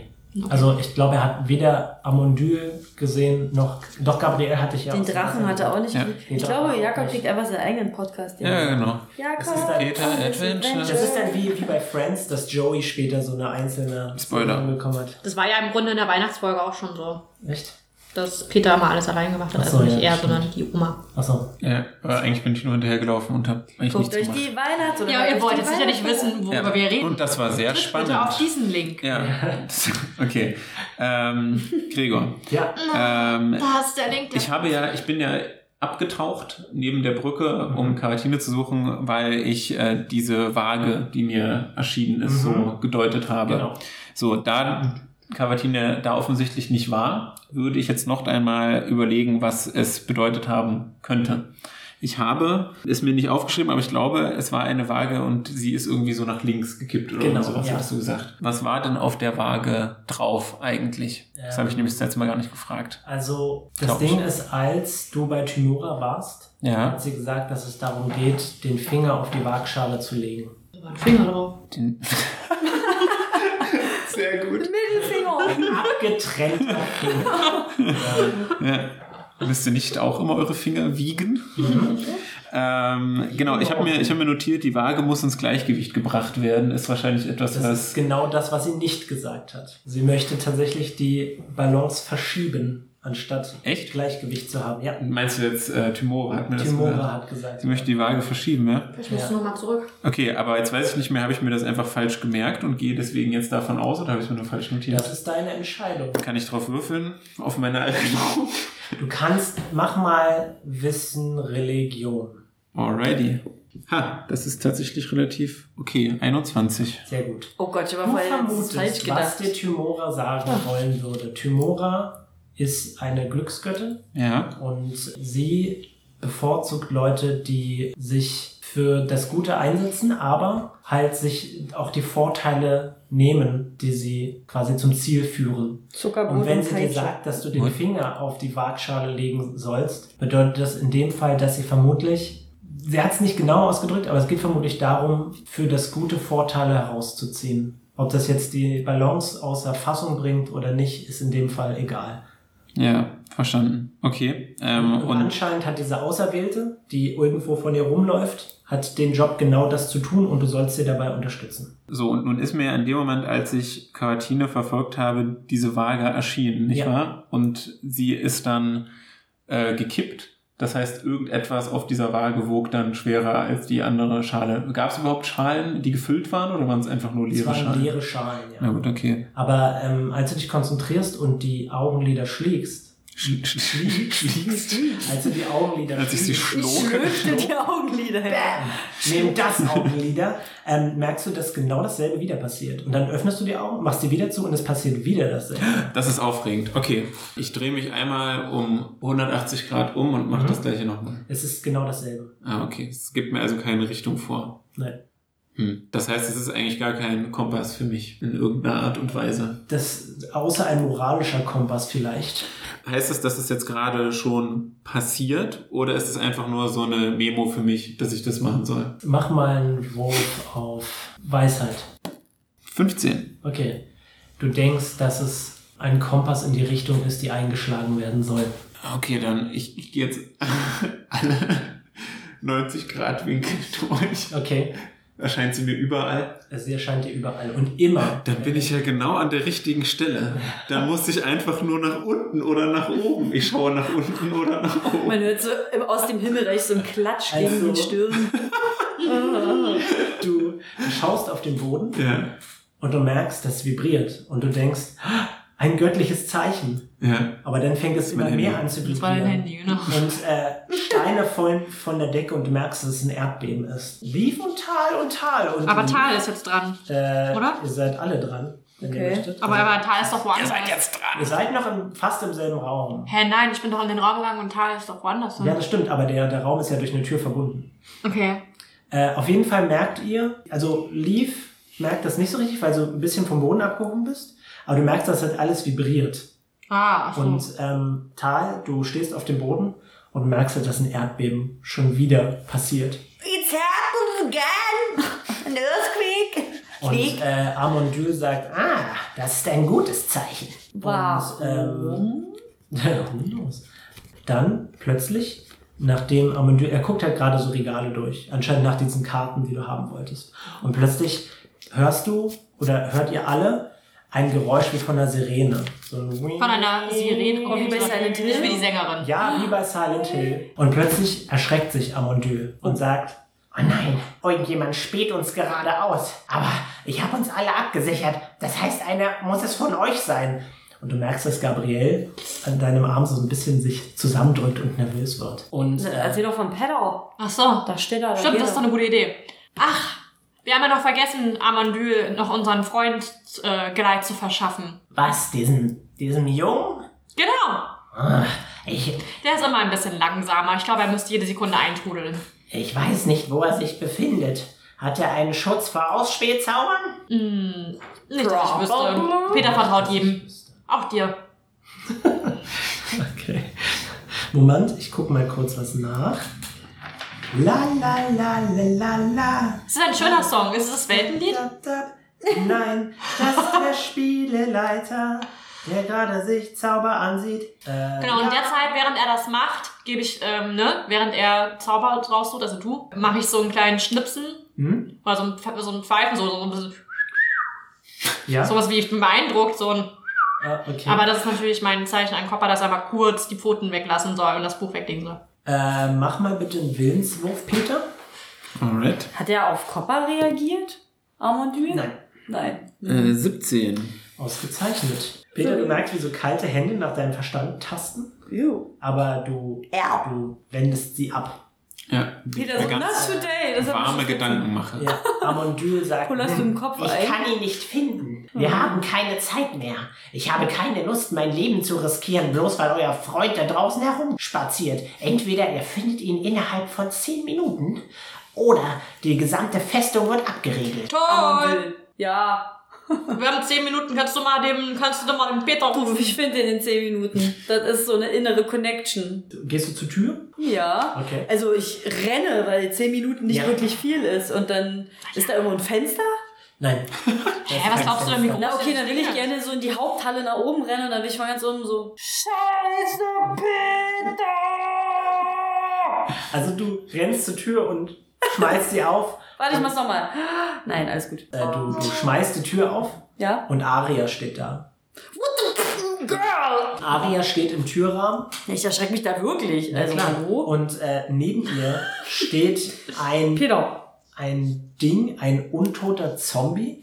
Also ich glaube, er hat weder Amondyl gesehen, noch... Doch, Gabriel hatte ich ja
Den
aus dem
Drachen
Wasser
hat er auch nicht.
Ja.
gekriegt.
Den
Ich
Drachen
glaube,
auch
Jakob
nicht.
kriegt einfach seinen eigenen Podcast.
Ja, genau.
Jakob.
Das ist dann
Peter Adventure.
Das ist dann wie, wie bei Friends, dass Joey später so eine einzelne
Spoiler.
Sendung bekommen hat.
Das war ja im Grunde in der Weihnachtsfolge auch schon so,
Echt?
dass Peter immer alles allein gemacht hat.
Ach so,
also nicht
ja,
er,
stimmt.
sondern die Oma.
Achso.
Ja, aber eigentlich bin ich nur hinterhergelaufen und habe eigentlich
Guckt
nichts
euch
gemacht.
die Weihnachts- oder
Ja,
hört
ihr
euch
wollt
die
jetzt sicherlich wissen, worüber
Ja.
wir reden.
Und das war sehr
Klickt
spannend.
Bitte auf diesen Link.
Ja, Das- okay. Ähm, Gregor,
Ja.
ähm,
Da ist der Link. Der
Ich habe ja, ich bin ja abgetaucht neben der Brücke, um
Mhm.
Cavatine zu suchen, weil ich äh, diese Waage, die mir erschienen ist,
Mhm.
so gedeutet habe.
Genau.
So, da Cavatine da offensichtlich nicht war, würde ich jetzt noch einmal überlegen, was es bedeutet haben könnte. Ich habe, ist mir nicht aufgeschrieben, aber ich glaube, es war eine Waage und sie ist irgendwie so nach links gekippt oder
Genau,
genau, sowas,
ja.
hast du gesagt. Was war denn auf der Waage drauf eigentlich? Das
Ähm.
habe ich nämlich das letzte Mal gar nicht gefragt.
Also das
Glaub ich.
Ding ist, als du bei Timura warst,
Ja.
hat sie gesagt, dass es darum geht, den Finger auf die Waagschale zu legen.
Finger drauf.
Den Sehr gut.
Mittelfinger.
Abgetrennter Finger.
Ja. Müsst ihr nicht auch immer eure Finger wiegen?
Mhm.
ähm, genau, ich habe mir, ich hab mir notiert, die Waage muss ins Gleichgewicht gebracht werden. Ist wahrscheinlich etwas,
Das ist
was.
genau das, was sie nicht gesagt hat. Sie möchte tatsächlich die Balance verschieben. anstatt
Echt?
Gleichgewicht zu haben. Ja.
Meinst du jetzt, äh, Timora hat mir das
Timora
gesagt?
hat gesagt.
Sie möchte die Waage verschieben, ja?
Ich muss
Ja.
nur mal zurück.
Okay, aber jetzt weiß ich nicht mehr, habe ich mir das einfach falsch gemerkt und gehe deswegen jetzt davon aus oder habe ich es mir nur falsch notiert?
Das ist deine Entscheidung.
Kann ich drauf würfeln? Auf meine Erinnerung?
Du kannst, mach mal Wissen, Religion.
Alrighty. Ha, das ist tatsächlich relativ okay. 21.
Sehr gut.
Oh Gott, ich habe
Du
vorher jetzt falsch
vermutest, was
gedacht.
dir Tymora sagen wollen würde. Tymora ist eine Glücksgöttin
Ja.
und sie bevorzugt Leute, die sich für das Gute einsetzen, aber halt sich auch die Vorteile nehmen, die sie quasi zum Ziel führen.
Zuckerbrot
Und wenn sie dir
Peitsche.
sagt, dass du den
Und-
Finger auf die Waagschale legen sollst, bedeutet das in dem Fall, dass sie vermutlich, sie hat es nicht genau ausgedrückt, aber es geht vermutlich darum, für das Gute Vorteile herauszuziehen. Ob das jetzt die Balance außer Fassung bringt oder nicht, ist in dem Fall egal.
Ja, verstanden. Okay. Ähm,
Und
und
anscheinend hat diese Auserwählte, die irgendwo von ihr rumläuft, hat den Job genau das zu tun und du sollst sie dabei unterstützen.
so, und nun ist mir in dem Moment, als ich Cavatine verfolgt habe, diese Waage erschienen, nicht
Ja.
wahr? Und sie ist dann äh, gekippt. Das heißt, irgendetwas auf dieser Waage wog dann schwerer als die andere Schale. Gab es überhaupt Schalen, die gefüllt waren oder waren es einfach nur
Es
leere
waren
Schalen?
leere Schalen, ja.
Na gut, okay.
Aber ähm, als du dich konzentrierst und die Augenlider schlägst,
Schlie- schlie- Schliegst.
Als du die Augenlider
Als ich sie
schließt,
Ich
schloge.
schlürfte die Augenlider.
neben das Augenlider, ähm, merkst du, dass genau dasselbe wieder passiert. Und dann öffnest du die Augen, machst die wieder zu und es passiert wieder dasselbe.
Das ist aufregend. Okay, ich drehe mich einmal um 180 Grad um und mache
Mhm.
das gleiche nochmal.
Es ist genau dasselbe.
Ah, okay. Es gibt mir also keine Richtung vor.
Nein.
Hm. Das heißt, es ist eigentlich gar kein Kompass für mich in irgendeiner Art und Weise.
Das, außer ein moralischer Kompass vielleicht.
Heißt es, dass es jetzt gerade schon passiert oder ist es einfach nur so eine Memo für mich, dass ich das machen soll?
Mach mal einen Wurf auf Weisheit.
15.
Okay. Du denkst, dass es ein Kompass in die Richtung ist, die eingeschlagen werden soll.
Okay, dann ich, ich gehe jetzt alle 90 Grad Winkel durch.
Okay.
Erscheint sie mir überall.
Es erscheint dir überall und immer.
Dann bin ich ja genau an der richtigen Stelle. Dann muss ich einfach nur nach unten oder nach oben. Ich schaue nach unten oder nach oben.
Man hört so im- aus dem Himmelreich so ein Klatsch gegen
Also-
den Stirn.
Du schaust auf den Boden
Ja,
und du merkst, das vibriert und du denkst, "Ah, ein göttliches Zeichen.
ja.
Aber dann fängt es immer
mein
mehr
Handy.
an zu
Das war dein
vibrieren.
Handy, genau.
Und äh, Steine fallen von der Decke und du merkst, dass es ein Erdbeben ist. Lief und Tal und Tal. Und
Aber Tal ist jetzt dran.
Äh,
oder?
Ihr seid alle dran, wenn ihr
Okay.
möchtet. Also
Aber, aber Tal ist doch woanders.
dran.
ihr seid noch im, fast im selben Raum.
Hä, nein, ich bin doch in den Raum gegangen und Tal ist doch woanders.
Ja, das stimmt, aber der, der Raum ist ja durch eine Tür verbunden.
Okay.
Äh, auf jeden Fall merkt ihr, also Leaf merkt das nicht so richtig, weil du ein bisschen vom Boden abgehoben bist. Aber du merkst, dass das alles vibriert.
Ah, ach so.
Und ähm, Tal, du stehst auf dem Boden und merkst, halt, dass ein Erdbeben schon wieder passiert.
It's happened again! An earthquake!
Und äh, Amondyl sagt, ah, das ist ein gutes Zeichen.
Wow.
Und, ähm, who knows? Dann plötzlich, nachdem Amondyl, er guckt halt gerade so Regale durch, anscheinend nach diesen Karten, die du haben wolltest. Und plötzlich hörst du oder hört ihr alle ein Geräusch wie von einer Sirene. So ein
Von einer Sirene. Oh,
Wie bei Silent Hill.
Nicht wie die Sängerin.
Ja, wie bei Silent Hill. Und plötzlich erschreckt sich Amondyl und sagt, oh nein, irgendjemand späht uns gerade aus. Aber ich habe uns alle abgesichert. Das heißt, einer muss es von euch sein. Und du merkst, dass Gabrielle an deinem Arm so ein bisschen sich zusammendrückt und nervös wird. Und äh,
Also, Erzähl doch vom Pedal.
Ach so.
Da steht er. Da
Stimmt,
geht
das ist
er.
doch eine gute Idee. Ach, wir haben ja noch vergessen, Amandyl noch unseren Freund äh, Geleit zu verschaffen.
was, diesem, diesem Jungen?
Genau.
Ah, Ich,
Der ist immer ein bisschen langsamer. Ich glaube, er müsste jede Sekunde eintrudeln.
ich weiß nicht, wo er sich befindet. Hat er einen Schutz vor Ausspähzaubern?
Nicht, dass ich wüsste. Peter vertraut jedem. Auch dir.
Okay. Moment, ich guck mal kurz was nach. La la la la la la.
Es ist ein schöner Song. Ist es das Weltenlied?
Dab, dab. Nein, das ist der Spieleleiter, der gerade sich Zauber ansieht. Äh,
Genau, und derzeit, während er das macht, gebe ich, ähm, ne, während er Zauber raussucht, also du, mache ich so einen kleinen Schnipsen,
Hm?
oder so ein, Pfe- so ein Pfeifen, so, so ein bisschen,
Ja.
sowas wie ich bin beeindruckt, so ein,
Ah, okay.
Aber das ist natürlich mein Zeichen an Kopper, dass er mal kurz die Pfoten weglassen soll und das Buch weglegen soll.
äh, mach mal bitte einen Willenswurf, Peter.
Alright.
Hat er auf Copper reagiert? Armandür?
Nein.
Nein.
Äh, 17.
Ausgezeichnet. Peter, du merkst, wie so kalte Hände nach deinem Verstand tasten,
Jo.
aber du,
Ja.
du wendest sie ab.
Ja.
Peter, so
Ganz
not today. Das hab ich
warme
schon-
Gedanken mache.
Ja. Amondül sagt,
Pullerst du
"Hm,
im Kopf
ich
ein?"
kann ihn nicht finden. Wir haben keine Zeit mehr. Ich habe keine Lust, mein Leben zu riskieren, bloß weil euer Freund da draußen herumspaziert. Entweder er findet ihn innerhalb von zehn Minuten oder die gesamte Festung wird abgeriegelt.
Toll!
Armandür. Ja.
Wir haben zehn Minuten, kannst du mal dem, kannst du doch mal den Peter
Du,
rufen.
Oh, ich finde den in 10 Minuten. Das ist so eine innere Connection.
Gehst du zur Tür?
Ja.
Okay.
Also ich renne, weil 10 Minuten nicht
Ja.
wirklich viel ist. Und dann ist da irgendwo ein Fenster?
Nein.
Hä, was glaubst du denn, wie groß
Na okay,
das
dann will
Ding
ich
ist?
gerne so in die Haupthalle nach oben rennen und dann will ich mal ganz oben so.
genau-
Also du rennst zur Tür und schmeißt sie auf.
Warte, ich mach's nochmal. Nein, alles gut.
Äh, du, du schmeißt die Tür auf
Ja?
und Aria steht da. Girl! Aria steht im Türrahmen
Ich erschrecke mich da wirklich. Also hallo.
und äh, neben ihr steht ein,
Peter.
ein Ding, ein untoter Zombie.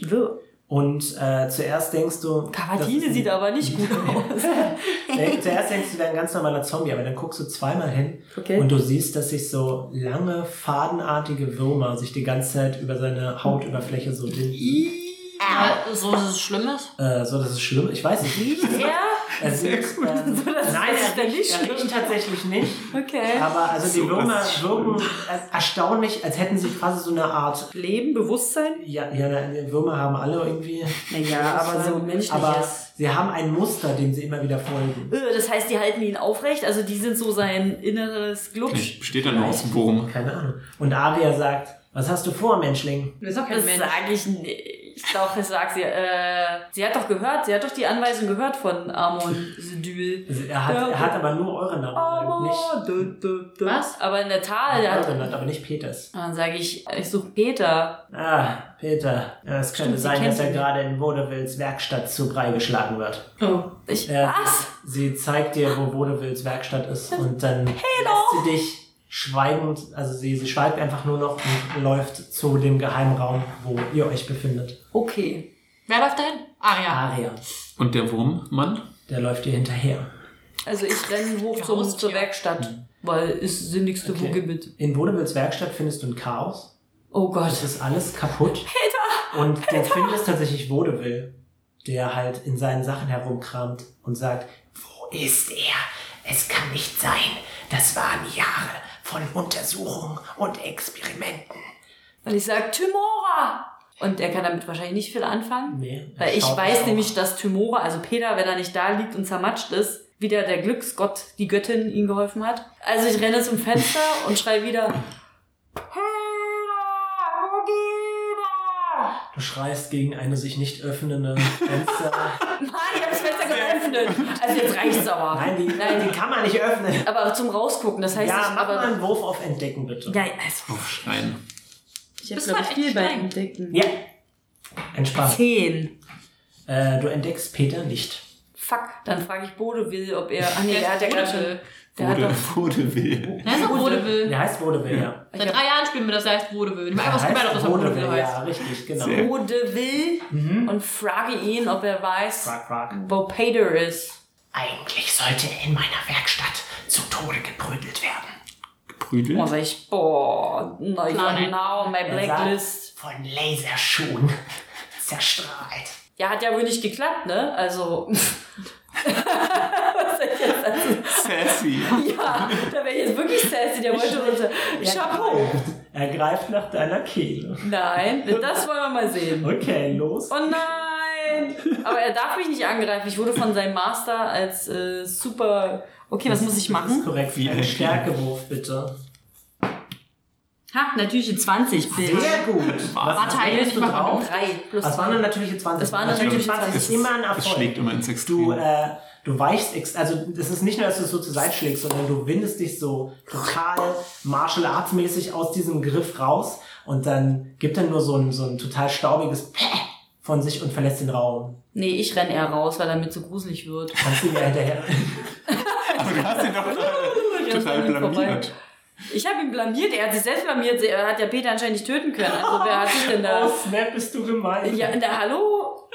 Und äh, zuerst denkst du... das
Cavatine
ist-
sieht aber nicht gut aus.
Nee, zuerst denkst du, wäre ein ganz normaler Zombie, aber dann guckst du zweimal hin
Okay.
und du siehst, dass sich so lange, fadenartige Würmer sich die ganze Zeit über seine Hautüberfläche so binden.
Ja, Äh, so ist es Schlimmes.
Äh, so, das ist schlimm. Ich weiß nicht.
Ja?
Es ist, ähm,
So, das-
nein,
das ist
er
ja nicht
riecht, er riecht
schlimm.
tatsächlich nicht.
Okay.
Aber also die
So,
Würmer
das ist
wirken er- erstaunlich, als hätten sie quasi so eine Art.
Leben, Bewusstsein?
Ja, ja, na, Würmer haben alle irgendwie.
Naja, aber so menschliches.
Aber sie haben ein Muster, dem sie immer wieder folgen.
Äh, Das heißt, die halten ihn aufrecht, also die sind so sein inneres Glubsch.
Vielleicht Steht da noch aus dem Wurm.
Keine Ahnung. Und Aria sagt: Was hast du vor, Menschling?
Das ist doch
Das sage ich nicht. Doch, das sagt sie. Äh, sie hat doch gehört, sie hat doch die Anweisung gehört von Amon Sedül.
Er hat,
Ja, okay.
er hat aber nur eure Namen, nicht.
du, du, du.
Was?
Aber in der Tal,
er
der
hat
hat.
eure Namen, aber nicht Peters.
Dann sage ich, ich suche Peter.
Ah, Peter. Ja, Es könnte
Stimmt, sie
sein,
kennt
dass er
ihn.
gerade in Vaudevilles Werkstatt zu Brei geschlagen wird.
Oh. Ich,
Äh,
was?
Sie zeigt dir, wo Vaudevilles Werkstatt ist und dann lässt sie dich schweigend, also sie, sie schweigt einfach nur noch und läuft zu dem Geheimraum, wo ihr euch befindet.
Okay.
Wer läuft dahin? Ah, Aria.
Aria,
Und der Wurmmann?
der läuft ihr hinterher.
Also ich renne hoch
Ja,
zum,
Haustier.
zur Werkstatt, weil ist sinnigste Mhm. okay. Wohlgebiet.
In Vaudevilles Werkstatt findest du ein Chaos.
Oh
Es
Gott.
ist alles kaputt. Peter! Und du findest tatsächlich Vaudeville, der halt in seinen Sachen herumkramt und sagt, wo ist er? Es kann nicht sein. Das waren Jahre von Untersuchungen und Experimenten.
Und ich sage, Tymora! Und er kann damit wahrscheinlich nicht viel anfangen.
Nee,
Weil Äh, ich
schaut
weiß
auch.
nämlich, dass Tymora, also Peter, wenn er nicht da liegt und zermatscht ist, wieder der Glücksgott, die Göttin, ihm geholfen hat. Also ich renne zum Fenster und schrei wieder. Mann,
Du schreist gegen eine sich nicht öffnende Fenster.
ich habe das Fenster geöffnet. Also jetzt reicht's aber.
Nein, die, nein, die kann man nicht öffnen.
Aber zum Rausgucken, das heißt,
ja,
ich
mach
aber.
mal einen Wurf auf Entdecken, bitte.
Ja, also,
Aufschreien.
ich habe
Bist
glaube ich
halt echt
viel bei
streng.
entdecken.
Ja. Entspannt.
Zehn.
Äh, du entdeckst Peter nicht.
Fuck, dann frage ich Bodeville, ob er. Ah nee,
Der
der hat ja
ist
gerade schon.
Vaudeville.
Der hat doch.
Vaudeville.
Der ist auch Vaudeville.
Der heißt Vaudeville, ja.
Seit drei Jahren spielen wir das heißt Vaudeville. Ich
Der
meine, was gibt das, was
heißt
Vaudeville
Vaudeville,
heißt?
ja, richtig, genau.
Sehr.
Bodeville
Mhm.
und frage ihn, ob er weiß,
Quark, quark.
wo Peter ist.
Eigentlich sollte er in meiner Werkstatt zu Tode geprügelt werden.
Oh,
Geprügelt.
sag ich, boah, no, ich
Nein.
now on my blacklist.
Von Laserschuhen zerstrahlt.
Ja, hat ja wohl nicht geklappt, ne? Also,
Sassy.
ja, da wäre ich jetzt wirklich sassy, der wollte runter. Chapeau.
Er greift nach deiner Kehle.
Nein, das wollen wir mal sehen.
Okay, los.
Oh nein! Aber er darf mich nicht angreifen. Ich wurde von seinem Master als äh, super... Okay, was muss ich
Das ist
machen?
korrekt.
Wie
Ein
ein
Stärkewurf, bitte.
Ha, natürlich eine 20. Bill.
gut. Was
Warte,
teilst
ich
du
mach
drauf?
Drei plus
Das waren
zwei.
dann natürliche 20.
Das waren natürliche 20.
ist immer ein
Es
Erfolg.
schlägt immer ins Extrem.
Du, äh, du weichst, ex also es ist nicht nur, dass du es so zur Seite schlägst, sondern du windest dich so total martial arts mäßig aus diesem Griff raus und dann gibt er nur so ein, so ein total staubiges von sich und verlässt den Raum.
Nee, ich renn eher raus, weil damit so gruselig wird.
Kannst du mir hinterher.
Aber Also, du hast ihn doch äh,
Ich renn
total
an ihm vorbei.
blamiert.
Ich habe ihn blamiert, er hat sich selbst blamiert, er hat ja Peter anscheinend nicht töten können. Also wer hat sich denn da...
Oh, Snap, bist du gemein.
Ja, na hallo?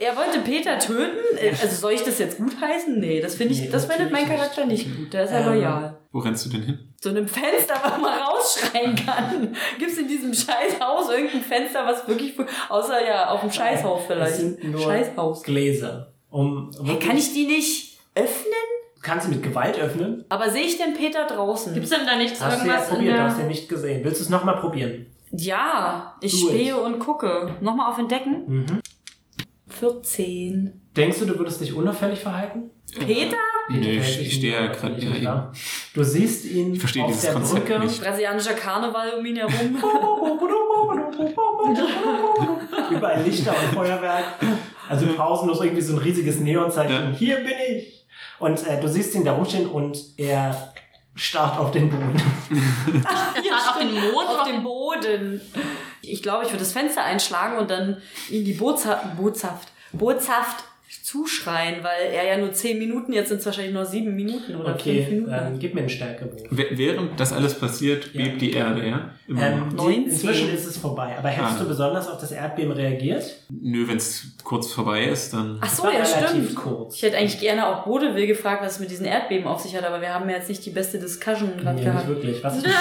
Er wollte Peter töten? Äh, Also soll ich das jetzt gut heißen? Nee, das finde ich,
Nee,
das findet mein
natürlich
Charakter nicht gut. Der ist ja
Ähm.
loyal.
Wo rennst du denn hin?
Zu einem Fenster, was man rausschreien kann. Gibt's in diesem Scheißhaus irgendein Fenster, was wirklich, außer ja, auf dem Scheißhaus vielleicht.
Es sind nur
Scheißhaus.
Gläser. Um,
Hey, kann ich die nicht öffnen?
Kannst du mit Gewalt öffnen?
Aber sehe ich denn Peter draußen?
Gibt's denn da nichts
Hast du ja
irgendwas in
probiert, hast du
der...
ja nicht gesehen. Willst du es nochmal probieren?
Ja, ich
Do it.
stehe und gucke. Nochmal auf Entdecken.
Mhm.
14.
Denkst du, du würdest dich unauffällig verhalten?
Peter?
Nee, ich,
Verhält
ich
dich
stehe ja
nicht
gerade
unauffällig,
hinter ihm.
ja. Du siehst ihn
Ich verstehe
auf
dieses
der
Konzept
Brücke.
nicht.
Brasilianischer Karneval um ihn herum.
Überall Lichter und Feuerwerk. Also pausenlos irgendwie so ein riesiges Neonzeichen.
Ja.
Hier bin ich. Und äh, du siehst ihn da rumstehen und er starrt auf den Boden.
Er hat auf den Mond
auf dem Boden. Ich glaube, ich würde das Fenster einschlagen und dann ihm die Botsha Botschaft, Botschaft zuschreien, weil er ja nur 10 Minuten, jetzt sind es wahrscheinlich nur 7 Minuten oder 5
Okay,
Minuten.
ähm, gib mir einen Stärkewurf.
W- Während das alles passiert,
Ja.
bebt die Erde, ja? Immer
Ähm,
noch.
die,
19.
inzwischen ist es vorbei. Aber hättest
Ah.
du besonders auf das Erdbeben reagiert?
Nö, wenn es kurz vorbei ist, dann.
Ach so,
war
ja,
relativ
stimmt.
kurz.
Ich hätte eigentlich gerne auch Bodewill gefragt, was es mit diesen Erdbeben auf sich hat, aber wir haben ja jetzt nicht die beste Discussion gerade
Nee, nicht
gehabt.
wirklich. Was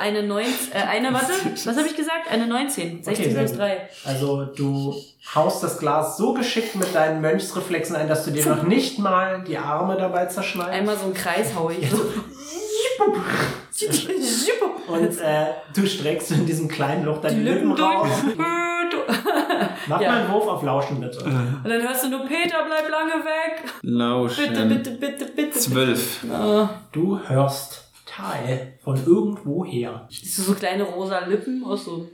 Eine 19, äh, eine, warte, was habe ich gesagt? Eine 19, 16
Okay, sehr
plus
gut.
3.
Also du haust das Glas so geschickt mit deinen Mönchsreflexen ein, dass du dir noch nicht mal die Arme dabei zerschneidest.
Einmal so einen Kreis hau ich. So.
Und äh, du streckst in diesem kleinen Loch deine
Die Lippen durch.
raus. Mach
Ja.
mal einen Wurf auf Lauschen, bitte.
Und dann hörst du nur, Peter, bleib lange weg.
Lauschen.
Bitte, bitte, bitte, bitte.
Zwölf.
Du hörst Teil von irgendwoher.
Siehst du so kleine rosa Lippen aus so.